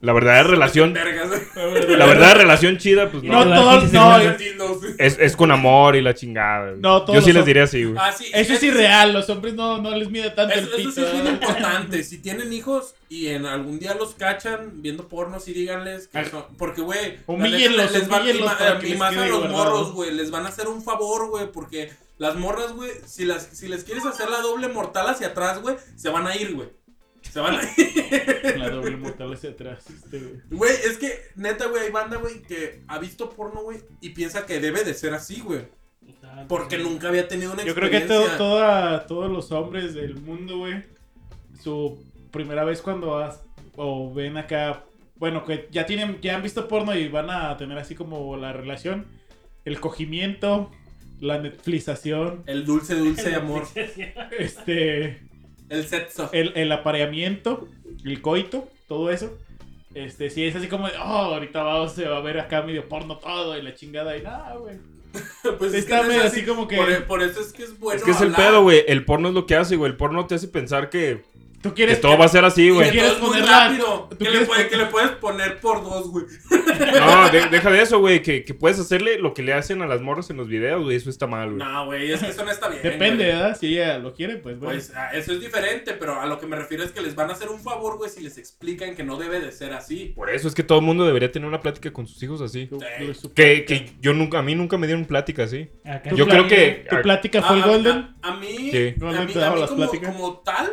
la verdadera relación, Vergas, güey. la verdadera relación chida, pues No, no. todos, no, Los dildos, güey. Es, es con amor y la chingada. güey. No, todos yo sí los les son- diría así, güey. Ah, sí, Eso es sí, irreal, los hombres no, no les mide tanto el Eso, eso pito. sí es bien importante. Si tienen hijos y en algún día los cachan viendo porno, sí díganles que son. Porque, güey, la Humíllenlos, neta, les van- humíllenlos y ma- eh, para que y les más quede a los guardado. morros, güey. Les van a hacer un favor, güey. Porque las morras, güey, si, las, si les quieres hacer la doble mortal hacia atrás, güey, se van a ir, güey. Se van a ir. La doble mortal hacia atrás, este, güey. Güey, es que, neta, güey, hay banda, güey, que ha visto porno, güey, y piensa que debe de ser así, güey. Porque nunca había tenido una Yo creo que experiencia. todo, toda- todos los hombres del mundo, güey, su primera vez cuando vas o ven acá, bueno, que ya tienen, ya han visto porno y van a tener así como la relación, el cogimiento, la netflización, El dulce, dulce amor. este, El sexo. el, el apareamiento, el coito, todo eso. Este, si es así como, de, oh, ahorita va, se va a ver acá medio porno todo y la chingada y nada, güey. Pues es que Está no es medio así. así como que, Por, por eso es que es bueno. es que es el Pues hablar. pedo, güey. El porno es lo que hace, güey. El porno te hace pensar que, tú que quieres... todo va a ser así, Y güey. que ¿Quieres todo es muy ponerla? rápido. ¿Tú Que le, quieres puede- pon- que le puedes poner por dos, güey. No, de- deja de eso, güey. Que, que puedes hacerle lo que le hacen a las morras en los videos, güey. Eso está mal, güey. No, güey, es que eso no está bien. Depende, ¿eh? güey. ¿verdad? Si ella lo quiere, pues, bueno. Pues ah, eso es diferente, pero a lo que me refiero es que les van a hacer un favor, güey, si les explican que no debe de ser así. Por eso es que todo el mundo debería tener una plática con sus hijos así. Tu- eh, tu- su- Que, que yo nunca, a mí nunca me dieron plática así. Acá tu Yo creo que. ¿Tu plática A, fue el Ah, a- Golden? a- a mí, Sí. a Golden mí, te a daba mí las como, pláticas. como tal,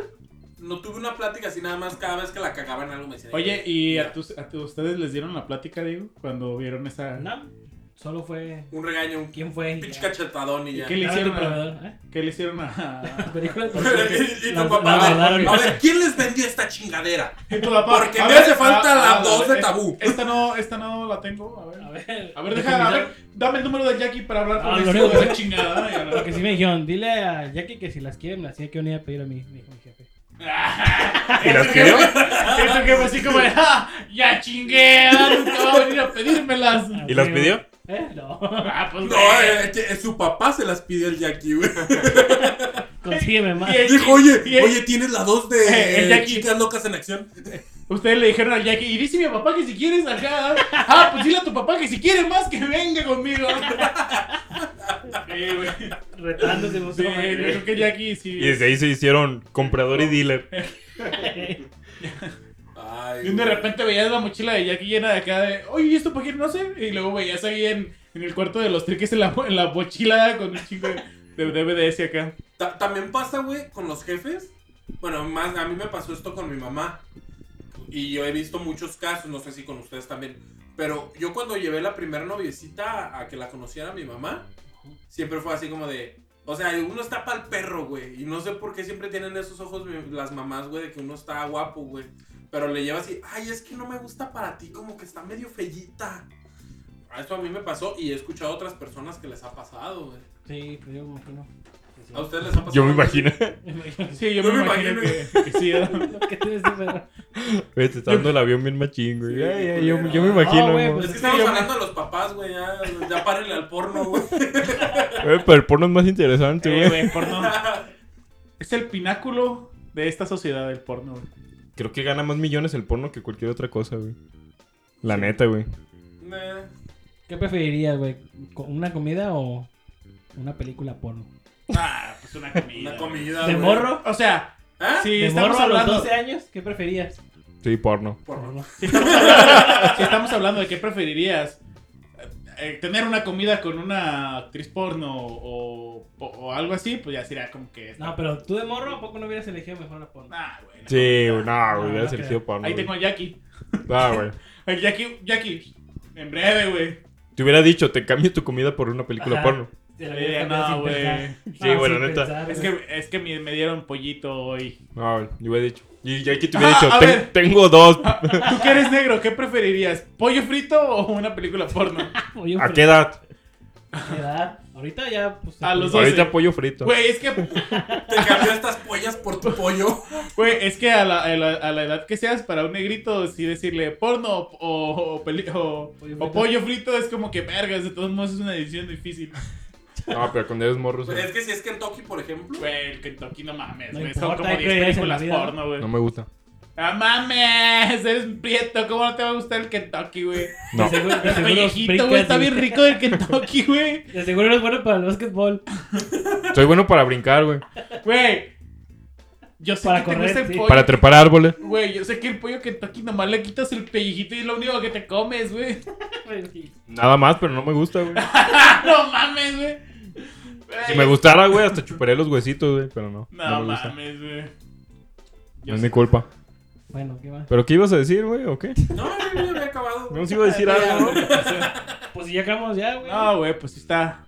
no tuve una plática así nada más cada vez que la cagaban algo me decían. Oye, ¿y ya, a, tus, a tu- ustedes les dieron la plática, digo? Cuando vieron esa... No, solo fue. Un regaño, un ¿Quién fue? pinche cachetadón y ¿Y ya. qué le Dame tu hicieron a, proveedor, ¿eh? ¿Qué le hicieron a... Películas por- y y tu las- papá, las a ver, guardaron. a ver, ¿quién les vendió esta chingadera? Y tu papá, Porque a me ver, hace falta a- la a- dos de es- tabú. Esta no, esta no la tengo, a ver. A ver, A ver, deja, a ver, dame el número de Jackie para hablar con Ah, él lo sobre único esa chingada. y a la- Lo que sí me dijeron, dile a Jackie que si las quieren, las tiene que venir a pedir a mí, me dijo mi jefe. ¿Y las quiero? Y tu jefe así como de, "Ah, ya chingué, ah, nunca va a venir a pedírmelas. ¿Y las pidió? ¿Eh? No. Ah, pues, No, güey. eh, que, eh, su papá se las pidió el Jackie, güey. Consígueme más. Y- Dijo, oye, y- oye, tienes la dos de Eh, el eh, Jackie. chicas locas en acción. Ustedes le dijeron al Jackie, y dice mi papá que si quieres acá. Ah, pues dile a tu papá que si quiere más que venga conmigo. Sí, güey. Retándose de Sí, yo creo que Jackie Y sí. desde ahí se hicieron comprador y dealer. Ay, Y de güey. repente veías la mochila de Jackie llena de acá de, oye, ¿y esto para qué? No sé. Y luego veías ahí en, en el cuarto de los triques en la, en la mochila con un chingo de, de DVDs y acá. Ta- también pasa, güey, con los jefes. Bueno, más a mí me pasó esto con mi mamá. Y yo he visto muchos casos, no sé si con ustedes también. Pero yo cuando llevé la primera noviecita a, a que la conociera mi mamá, siempre fue así como de... O sea, uno está pa'l perro, güey. Y no sé por qué siempre tienen esos ojos mi- las mamás, güey, de que uno está guapo, güey. Pero le lleva así, ay, es que no me gusta para ti, como que está medio fellita. Esto a mí me pasó y he escuchado a otras personas que les ha pasado, güey. Sí, pero yo como que no. ¿A ustedes les ha pasado? Yo me algo así? imagino. Sí, yo Yo me, me imagino, imagino. que, que sí. ¿no? Lo que te dice, pero- Güey, te está dando el avión bien machín, güey. Sí, Ay, ay, culero. yo, yo me imagino. Ah, güey, amor. Es pues- que estamos Sí, yo- hablando de los papás, güey. Ya, ya párenle al porno, güey. Güey, pero el porno es más interesante, Eh, güey. güey, porno. Es el pináculo de esta sociedad del porno, güey. Creo que gana más millones el porno que cualquier otra cosa, güey. La neta, güey. Nah. ¿Qué preferirías, güey? ¿Co- ¿Una comida o una película porno? Ah, pues una comida. Una comida. ¿De güey. morro? O sea, ¿Ah? si ¿De estamos morro a los hablando 12 años? ¿Qué preferías? Sí, porno. Porno. si estamos hablando de qué preferirías, eh, tener una comida con una actriz porno o, o- o algo así, pues ya sería como que. No, pero tú de morro, ¿a poco no hubieras elegido mejor la porno? Nah, güey, Ah, no. Sí, güey, no, no, güey, hubieras no elegido porno. Ahí güey. tengo a Jackie. No, güey. El Jackie, Jackie, en breve, güey. Te hubiera dicho, te cambio tu comida por una película Ajá. porno. Te la Sí, hubieras no, cambiado sin güey. pensar. Sí, No, güey, la sin neta. pensar, Es güey. que, es que me, me dieron pollito hoy. No, güey, yo hubiera dicho. Y ya que te hubiera Ah, dicho, a "Ten- ver. tengo dos. ¿Tú que eres negro? ¿Qué preferirías? ¿Pollo frito o una película porno? Oye, ¿A pero- qué edad? ¿qué edad? Ahorita ya, pues. A pues, los doce. Ahorita pollo frito. Güey, es que Te cambió estas pollas por tu pollo. Güey, es que a la, a, la, a la edad que seas, para un negrito, sí decirle porno o, o- o peli- Pollo o- o frito. pollo frito es como que vergas, de todos modos es una decisión difícil. No, pero cuando eres morro, sí. Pues es que si es Kentucky, por ejemplo. Güey, el Kentucky no mames, No güey, son importa, como hay 10 prioridades en la películas vida. porno, güey. no me gusta. ¡Ah, mames! Eres prieto, ¿cómo no te va a gustar el Kentucky, güey? No. De seguro, de seguro Pellejito, brincas güey, está y- bien rico el Kentucky, güey. De seguro eres bueno para el básquetbol. Soy bueno para brincar, güey. Güey, yo sé Para que correr, te gusta el sí. pollo. Para trepar árboles. Güey, yo sé que el pollo Kentucky nomás le quitas el pellejito y es lo único que te comes, güey. Pues Nada más, pero no me gusta, güey. no mames, güey. Si me gustara, güey, hasta chuparé los huesitos, güey. Pero no. No, No, me gusta. mames, güey. No es mi culpa. Bueno, ¿qué más? ¿Pero qué ibas a decir, güey? ¿O qué? No, yo ya había acabado. No, si iba a decir algo, ¿no? Pues ya acabamos ya, güey. No, güey, pues sí está.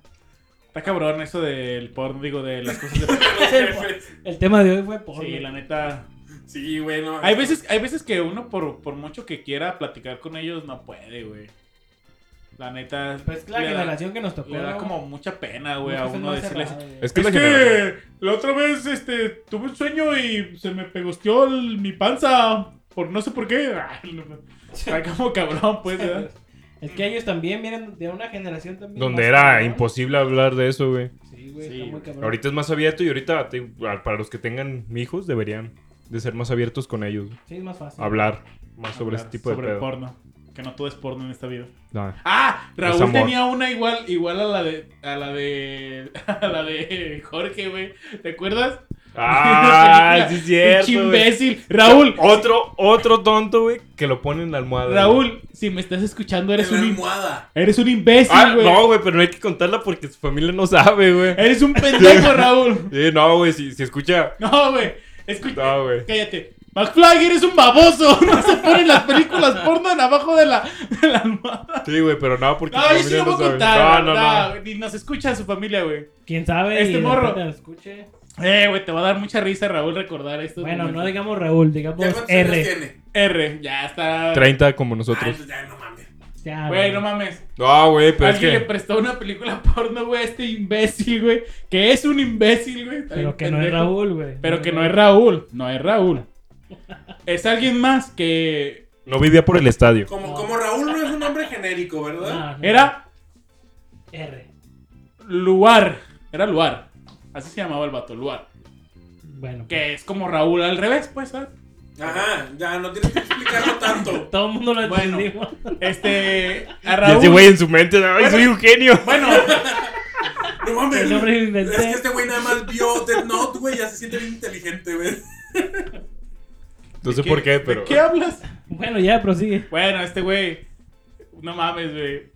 Está cabrón eso del porno, digo, de las cosas de. El tema de hoy fue porno. Sí, la neta. Sí, güey, no. Hay veces, hay veces que uno, por, por mucho que quiera platicar con ellos, no puede, güey. La neta. Pues la le da- generación que nos tocó. Le da ¿no? como mucha pena, güey, Muchos a son uno más decirles. cerrados, güey. Es que Es la generación. que la otra vez este, tuve un sueño y se me pegosteó el- mi panza. Por no sé por qué. Está como cabrón, pues. ¿verdad? Es que ellos también vienen de una generación también. Donde más era cabrón. imposible hablar de eso, güey. Sí, güey, está Sí, muy güey. cabrón. Ahorita es más abierto y ahorita, te- para los que tengan hijos, deberían de ser más abiertos con ellos. Sí, es más fácil. Hablar más sobre Hablar este tipo de sobre pedo. porno. Que no todo es porno en esta vida. No. Ah, Raúl amor. tenía una igual, igual a la de, a la de, a la de Jorge, güey. ¿Te acuerdas? Ah, sí es Pinche cierto. güey. imbécil. Raúl, Otro, otro tonto, güey, que lo pone en la almohada. güey. Raúl, si me estás escuchando eres En la un, im- almohada. eres un imbécil, Ah, güey. no, güey, pero no hay que contarla porque su familia no sabe, güey. Eres un pendejo, Raúl. Sí, no, güey, si, si escucha. No, güey. Escucha, No, güey. cállate. McFly, eres un baboso. No se ponen las películas porno en abajo de la, de la almohada. Sí, güey, pero no, porque No, su yo sí familia lo voy a sabe. contar. No, no, no. Ni nos escucha su familia, güey. ¿Quién sabe? Este y de morro. repente nos escuche. Eh, güey, te va a dar mucha risa, Raúl, recordar esto. Bueno, no digamos Raúl, digamos ¿Ya cuántos años R. tiene? R, ya está. 30 como Ay, nosotros. pues ya, no mames. Ya, Güey, no mames. No, güey, pero es Alguien le que. prestó una película porno, güey, a este imbécil, güey. Que es un imbécil, güey. Está bien Pero que no es pendejo. Raúl, güey. Pero que no es Raúl. No es Raúl. Es alguien más que No vivía por el estadio. Como, No. como Raúl no es un nombre genérico, ¿verdad? ah, No, no. era R. Luar. Era Luar. Así se llamaba el vato, Luar. Bueno. Que es como Raúl al revés, pues, ¿sabes? Ajá, ya, no tienes que explicarlo tanto. Todo el mundo lo Bueno. entendimos. Este. A Y Raúl. ese güey en su mente, ¡ay, soy un genio! Bueno, No mames. El nombre lo Es inventé. que este güey nada más vio Dead Note, güey, ya se siente bien inteligente, güey. No sé por qué, ¿de pero. ¿Qué hablas? Bueno, ya, prosigue. Bueno, este güey. No mames, güey.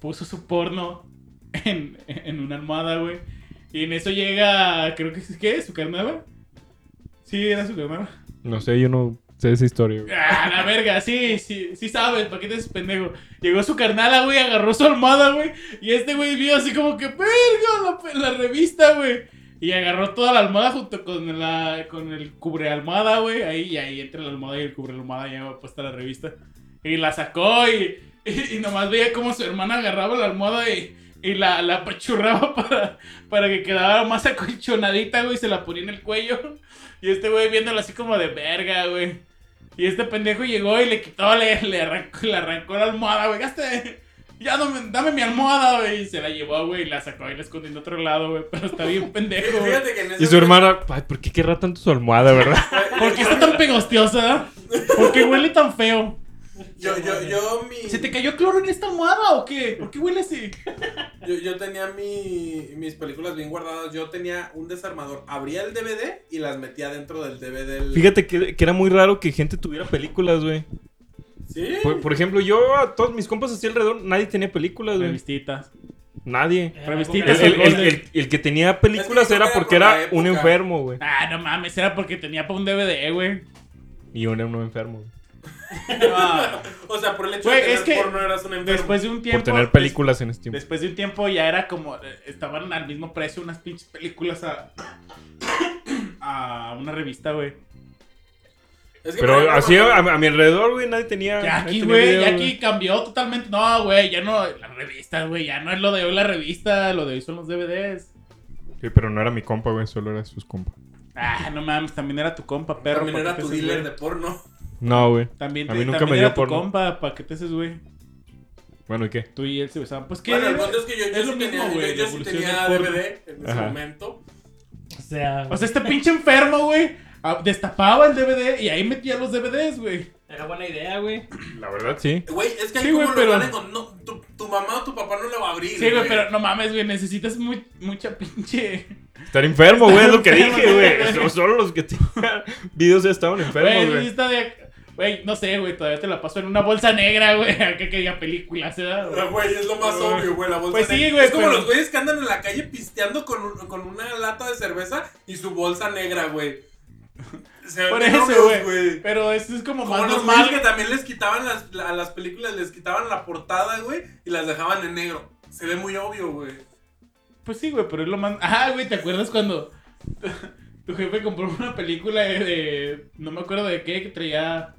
Puso su porno en, en una almohada, güey. Y en eso llega. Creo que es. ¿Qué? ¿Su carnada? Sí, era su carnada. No sé, yo no sé esa historia, güey. Ah, la verga, sí, sí, sí sabes, ¿para qué te haces pendejo? Llegó su carnala, güey, agarró su almohada, güey, y este güey vio así como que, verga, la, pe- la revista, güey. Y agarró toda la almohada junto con la con el cubre almohada, güey, ahí, y ahí entre la almohada y el cubre almohada ya va puesta la revista. Y la sacó y, y, y nomás veía como su hermana agarraba la almohada y, y la, la apachurraba para, para que quedara más acolchonadita, güey, y se la ponía en el cuello. Y este güey viéndola así como de verga, güey. Y este pendejo llegó y le quitó, le, le, arrancó, le arrancó la almohada, güey. Gaste, ya dame, dame mi almohada, güey. Y se la llevó, güey, y la sacó y la escondió en otro lado, güey. Pero está bien pendejo, güey. Fíjate que en ese Y su hermana, ay, ¿por qué querrá tanto su almohada, verdad? ¿Por qué está tan pegostiosa? ¿Por qué huele tan feo? Yo, yo, yo, mi. ¿Se te cayó cloro en esta almohada o qué? ¿Por qué huele así? Yo, yo tenía mi, mis películas bien guardadas. Yo tenía un desarmador. Abría el DVD y las metía dentro del DVD. del- Fíjate que, que era muy raro que gente tuviera películas, güey. Sí. pues, Por, por ejemplo, yo a todos mis compas así alrededor, nadie tenía películas, Pues, güey. Revistitas. Nadie. Revistitas. El, el- el- el- el que tenía películas Es que era era porque por la era un época. enfermo, güey. Ah, no mames, era porque tenía para un DVD, güey. Y yo era un enfermo. güey. Ah, O sea, por el hecho Güey, de tener es que porno eras un enfermo. después de un Por tiempo. tener películas en ese tiempo. Después de un tiempo ya era como. eh, Estaban al mismo precio unas pinches películas a. a una revista, güey. Es que, por Pero ejemplo, así cuando- a, a mi alrededor, güey, nadie Ah, tenía. Ya nadie aquí, tenía güey, video, ya aquí cambió totalmente. No, güey, ya no. Las revistas, güey, ya no es lo de hoy la revista, lo de hoy son los DVDs. Sí, pero no era mi compa, güey, solo era sus compas. Ah, no mames, también era tu compa, ah, perro. También ¿pa' qué era te tu haces, dealer de güey? porno. No, güey. También, A te- mí nunca también me dio era tu porno. compa, ¿para qué te haces, güey? Bueno, ¿y qué? Tú y él se besaban. Pues qué. Bueno, el punto es que yo, yo Es lo sí mismo, tenía, güey, yo- yo la sí evolución tenía del porno. DVD en ese Ajá. momento. O sea, o sea, este pinche enfermo, güey, ah, destapaba el DVD y ahí metía los DVDs, güey. Era buena idea, güey. La verdad, sí. Güey, es que ahí Sí, güey, como pero- lo van a encon- no, tu, tu mamá o tu papá no lo va a abrir. Sí, güey, pero no mames, güey, necesitas muy, mucha pinche. Estar enfermo, güey, es lo que enfermo, dije, güey. güey. So- Solo los que tenían videos estaban enfermos, Güey, güey. lista de. Güey, no sé, güey, todavía te la paso en una bolsa negra, güey, acá que diga películas, ¿verdad? Pero, Güey, es lo más Pero- obvio, güey, la bolsa Pues sí, negra. güey, Es como pero- los güeyes que andan en la calle pisteando con, un- con una lata de cerveza y su bolsa negra, güey. Se ven Por bien eso, obvios, güey. Pero eso es como Como más los güeyes normal. que también les quitaban las, la- a las películas, les quitaban la portada, güey, y las dejaban en negro. Se ve muy obvio, güey. Pues sí, güey, pero es lo más. Ah, güey, ¿te acuerdas cuando tu jefe compró una película de. de- No me acuerdo de qué, que traía.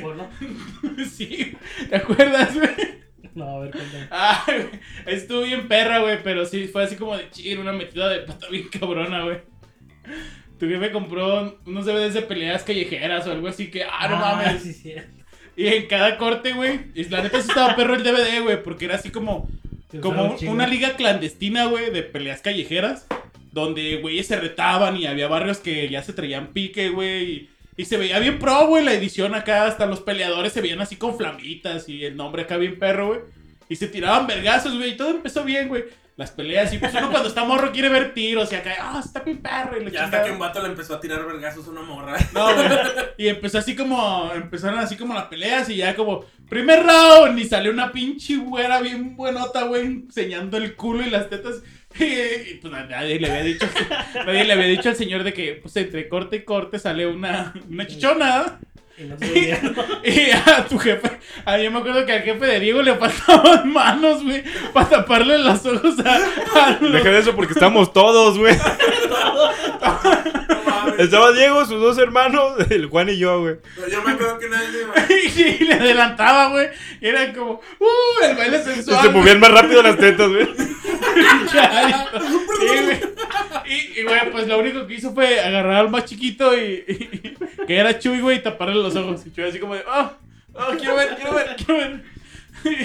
porno. sí, ¿te acuerdas, güey? No, a ver, cuéntame. Ah, güey. Estuvo bien perra, güey, pero sí, fue así como de chir, una metida de pata bien cabrona, güey. Tu jefe compró unos DVDs de peleas callejeras o algo así que, ah, no mames. sí, sí. Y en cada corte, güey, y la neta sí estaba perro el DVD, güey, porque era así como Te Como usaron un- chingo. una liga clandestina, güey, de peleas callejeras, donde güeyes se retaban y había barrios que ya se traían pique, güey. Y, y se veía bien pro, güey, la edición acá, hasta los peleadores se veían así con flamitas y el nombre acá bien perro, güey. Y se tiraban vergazos, güey, y todo empezó bien, güey. Las peleas, y pues uno cuando está morro quiere ver tiros y acá, ah, está bien perro. Y la Ya hasta chingada. que un vato le empezó a tirar vergazos a una morra. No, güey. Y empezó así como. Empezaron así como las peleas y ya como. Primer round. Y salió una pinche güera bien buenota, güey. Enseñando el culo y las tetas. Y, y, pues nadie le había dicho. nadie le había dicho al señor de que, pues entre corte y corte sale una, una chichona. Y no se veía. Y a tu jefe. A yo me acuerdo que al jefe de Diego le faltaban manos, güey. Para taparle los ojos a. a los- Deja de eso porque estamos todos, güey. No mames. Estaba Diego, sus dos hermanos, el Juan y yo, güey. Yo me acuerdo que una vez mi mamá- y le adelantaba, güey. Y era como. ¡Uh! El baile sensual. Se güey. movían más rápido las tetas, güey. Ya, y, güey, y- y, güey, pues lo único que hizo fue agarrar al más chiquito y, y- que era "Ah, Chuy, güey, y taparle los ojos. Y Chuy así como de, oh, oh, quiero ver, quiero ver, quiero ver.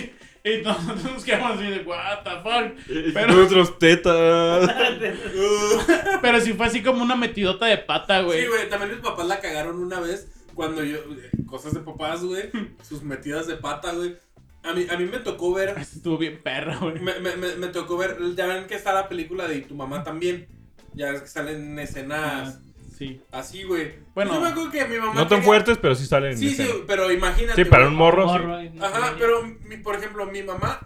Y, Y nosotros nos quedamos así de, what the fuck. Pero- Nuestros tetas. Pero si fue así como una metidota de pata, güey. Sí, güey, también mis papás la cagaron una vez cuando yo. eh, Cosas de papás, güey. Sus metidas de pata, güey. A mí, a mí me tocó ver. Estuvo bien perro, güey. Me, me- me- me tocó ver. Ya ven que está la película de Y tu mamá también. Ya ves que salen escenas Sí. así, güey. Bueno. Yo me acuerdo que mi mamá. No tan quería- fuertes, pero sí salen. en Sí, escena. sí, pero imagínate. Sí, para güey. un morro. sí. Morro, no Ajá, sé. pero mi- por ejemplo, mi mamá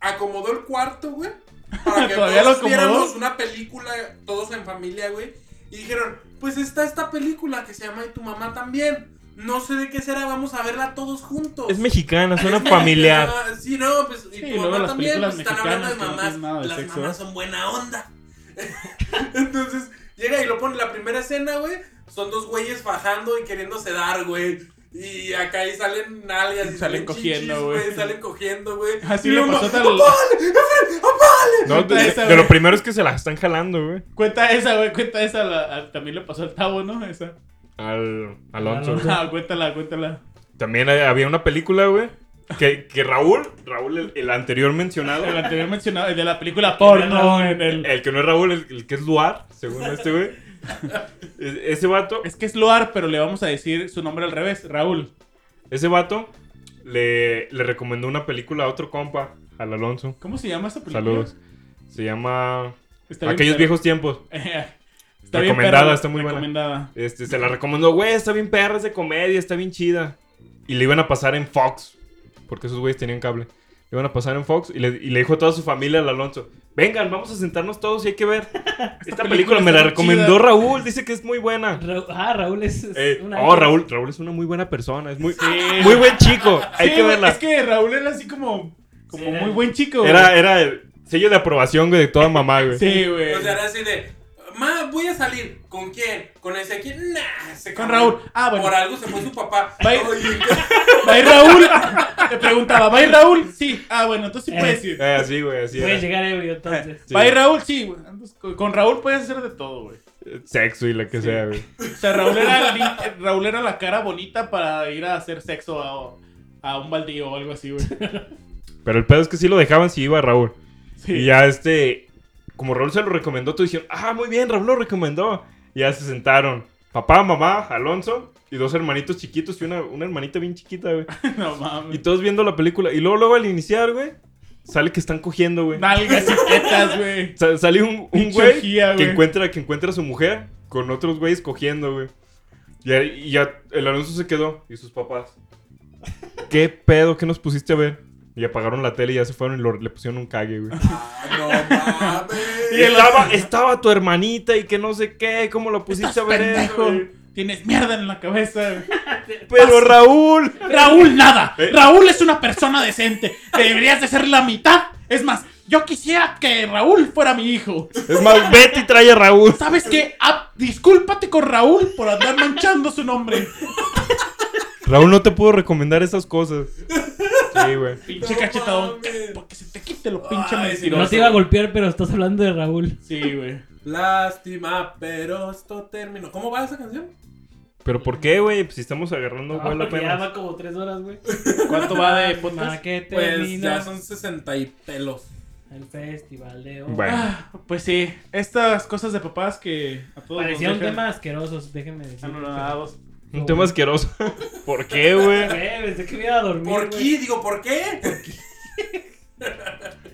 acomodó el cuarto, güey. Para que ¿Todavía lo todos acomodó? viéramos una película, todos en familia, güey. Y dijeron, pues está esta película que se llama Y tu mamá también. No sé de qué será, vamos a verla todos juntos. Es mexicana, suena familiar. Ah, sí, no, pues y Sí, tu luego mamá las también. películas pues, están hablando de mexicanas que no mamás. tienen nada de las sexo, ¿eh? mamás son buena onda. Entonces, llega y lo pone la primera escena, güey. Son dos güeyes bajando y queriéndose dar, güey. Y acá ahí salen nalgas y Salen salen cogiendo, cogiendo, güey. güey. Salen cogiendo, güey. Así Y le mi mamá, pasó a tal- ¡Apale! ¡Efren! ¡Apale! No, de, Esa, de güey. lo primero es que se la están jalando, güey. Cuenta esa, güey. Cuenta esa. la- a- también le pasó al Tavo, ¿no? Esa. Al Alonso. güey. Ah, cuéntala, cuéntala. También hay- había una película, güey. Que, que Raúl, Raúl, el, el anterior mencionado, El anterior mencionado, el de la película porno. En el... el que no es Raúl, el, el que es Luar, según este, güey. E- Ese vato, Es que es Loar, pero le vamos a decir su nombre al revés. Raúl. ese vato le, le recomendó una película a otro compa, al Alonso. ¿Cómo se llama esa película? Saludos. Se llama Está bien Aquellos perro. viejos tiempos. está bien Recomendada, perro, está muy buena. recomendada. Este, se la recomendó, güey, está bien perra, es de comedia, está bien chida. Y le iban a pasar en Fox, porque esos güeyes tenían cable. Le iban a pasar en Fox y le, y le dijo a toda su familia al Alonso, vengan, vamos a sentarnos todos y hay que ver. Esta, película, película me está la muy recomendó chida. Raúl, dice que es muy buena. Ra- ah, Raúl es. es Eh, una- oh, Raúl, Raúl es una muy buena persona, es muy, muy buen chico, hay Sí, que güey, verla. Es que Raúl era así como, como Sí, era- muy buen chico. güey. Era, era el sello de aprobación, güey, de toda mamá, güey. Sí, güey. O sea, era así de. Ma, voy a salir. ¿Con quién? ¿Con ese aquí? Nah, se Con acabó. Raúl. Ah, bueno. Por algo se fue su papá. Bye. Oye, ¿Va a ir Raúl? Te preguntaba, ¿va a ir Raúl? Sí. Ah, bueno, entonces sí Eh. puedes ir. Eh, así, güey, así. Puedes era. llegar ebrio entonces. Sí. ¿Va a ir Raúl? Sí, güey. Andas con- Con Raúl puedes hacer de todo, güey. eh, Sexo y la que sea, güey. O sea, Raúl era, li- Raúl era la cara bonita para ir a hacer sexo a, a un baldío o algo así, güey. Pero el pedo es que sí lo dejaban si iba Raúl. Y Sí. ya este, como Raúl se lo recomendó, todos dijeron, ah, muy bien, Raúl lo recomendó. Y ya se sentaron. Papá, mamá, Alonso y dos hermanitos chiquitos y una, una hermanita bien chiquita, güey. No Y mames. todos viendo la película. Y luego, luego al iniciar, güey, sale que están cogiendo, güey. Nalgas y tetas, güey. Sa- sale un, un Pinche güey Ah, orgía, que güey. encuentra, que encuentra a su mujer con otros güeyes cogiendo, güey. Y, ya- y ya el Alonso se quedó y sus papás. ¿Qué pedo? ¿Qué nos pusiste a ver? Y apagaron la tele y ya se fueron y lo- le pusieron un cague, güey. ah, no mames. Y estaba, estaba tu hermanita y que no sé qué, cómo lo pusiste a ver eso, Pendejo. güey? Tienes mierda en la cabeza, güey. Pero Raúl. Raúl nada. Eh. Raúl es una persona decente. Deberías de ser la mitad. Es más, yo quisiera que Raúl fuera mi hijo. Es más, vete y trae a Raúl. ¿Sabes qué? Ah, discúlpate con Raúl por andar manchando su nombre. Raúl no te pudo recomendar esas cosas. Sí, güey. Pinche No cachetadón. mames. Porque se te quite lo pinche Ay, mentiroso. No te iba a golpear, pero estás hablando de Raúl. Sí, güey. Lástima, pero esto terminó. ¿Cómo va esa canción? Pero ¿por qué, güey? Pues si estamos agarrando Ah, vuelo porque ya apenas. va como tres horas, güey. ¿Cuánto va de Para podcast? Ah, que Pues termina ya son 60 y pelos. el festival de hoy. Bueno, Ah, pues sí, estas cosas de papás que a pues, todos Parecía un nos dejan tema asqueroso, déjenme Ah, decir. anonadados. un tema asqueroso. ¿Por qué, güey? Güey, pensé que me iba a dormir. ¿Por güey. qué? Digo, ¿por qué?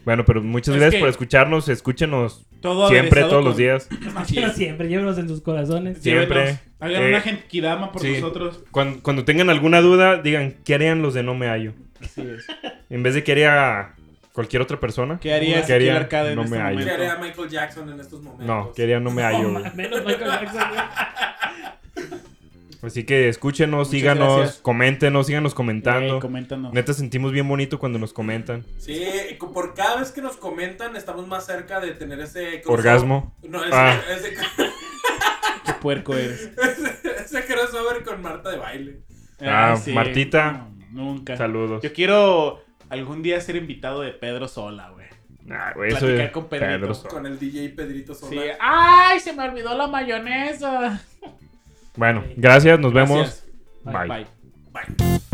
Bueno, pero muchas Es gracias que- por escucharnos. Escúchenos Todo siempre, aderezado todos los con- días. Así Pero es. siempre, llévenos en sus corazones. Siempre. Llévenos. Hagan Eh, una gente kidama por sí. nosotros. Cuando, cuando tengan alguna duda, digan, ¿qué harían los de No Me Hallo? Así es. En vez de que haría cualquier otra persona. ¿Qué haría ¿Qué haría? Ezequiel Arcade en No este me hallo. ¿Qué momento? haría Michael Jackson en estos momentos? No, que haría No Me Hallo, güey. Menos Michael Jackson, güey. Así que escúchenos, Muchas síganos, gracias. coméntenos, síganos Eh, comentando. coméntanos. Neta, sentimos bien bonito cuando nos comentan. Sí, por cada vez que nos comentan, estamos más cerca de tener ese. crossover. Orgasmo. No, ese, Ah. ese, Qué puerco eres. ese, ese crossover con Marta de baile. Ah, Martita. No, nunca. Saludos. Eh, Yo quiero algún día ser invitado de Pedro Sola, güey. Nah, güey, Ah, eso platicar es con Pedrito. Pedro Sola. Con el DJ Pedrito Sola. Sí. Ay, se me olvidó la mayonesa. Bueno, gracias, nos vemos. Gracias. Bye. Bye. Bye.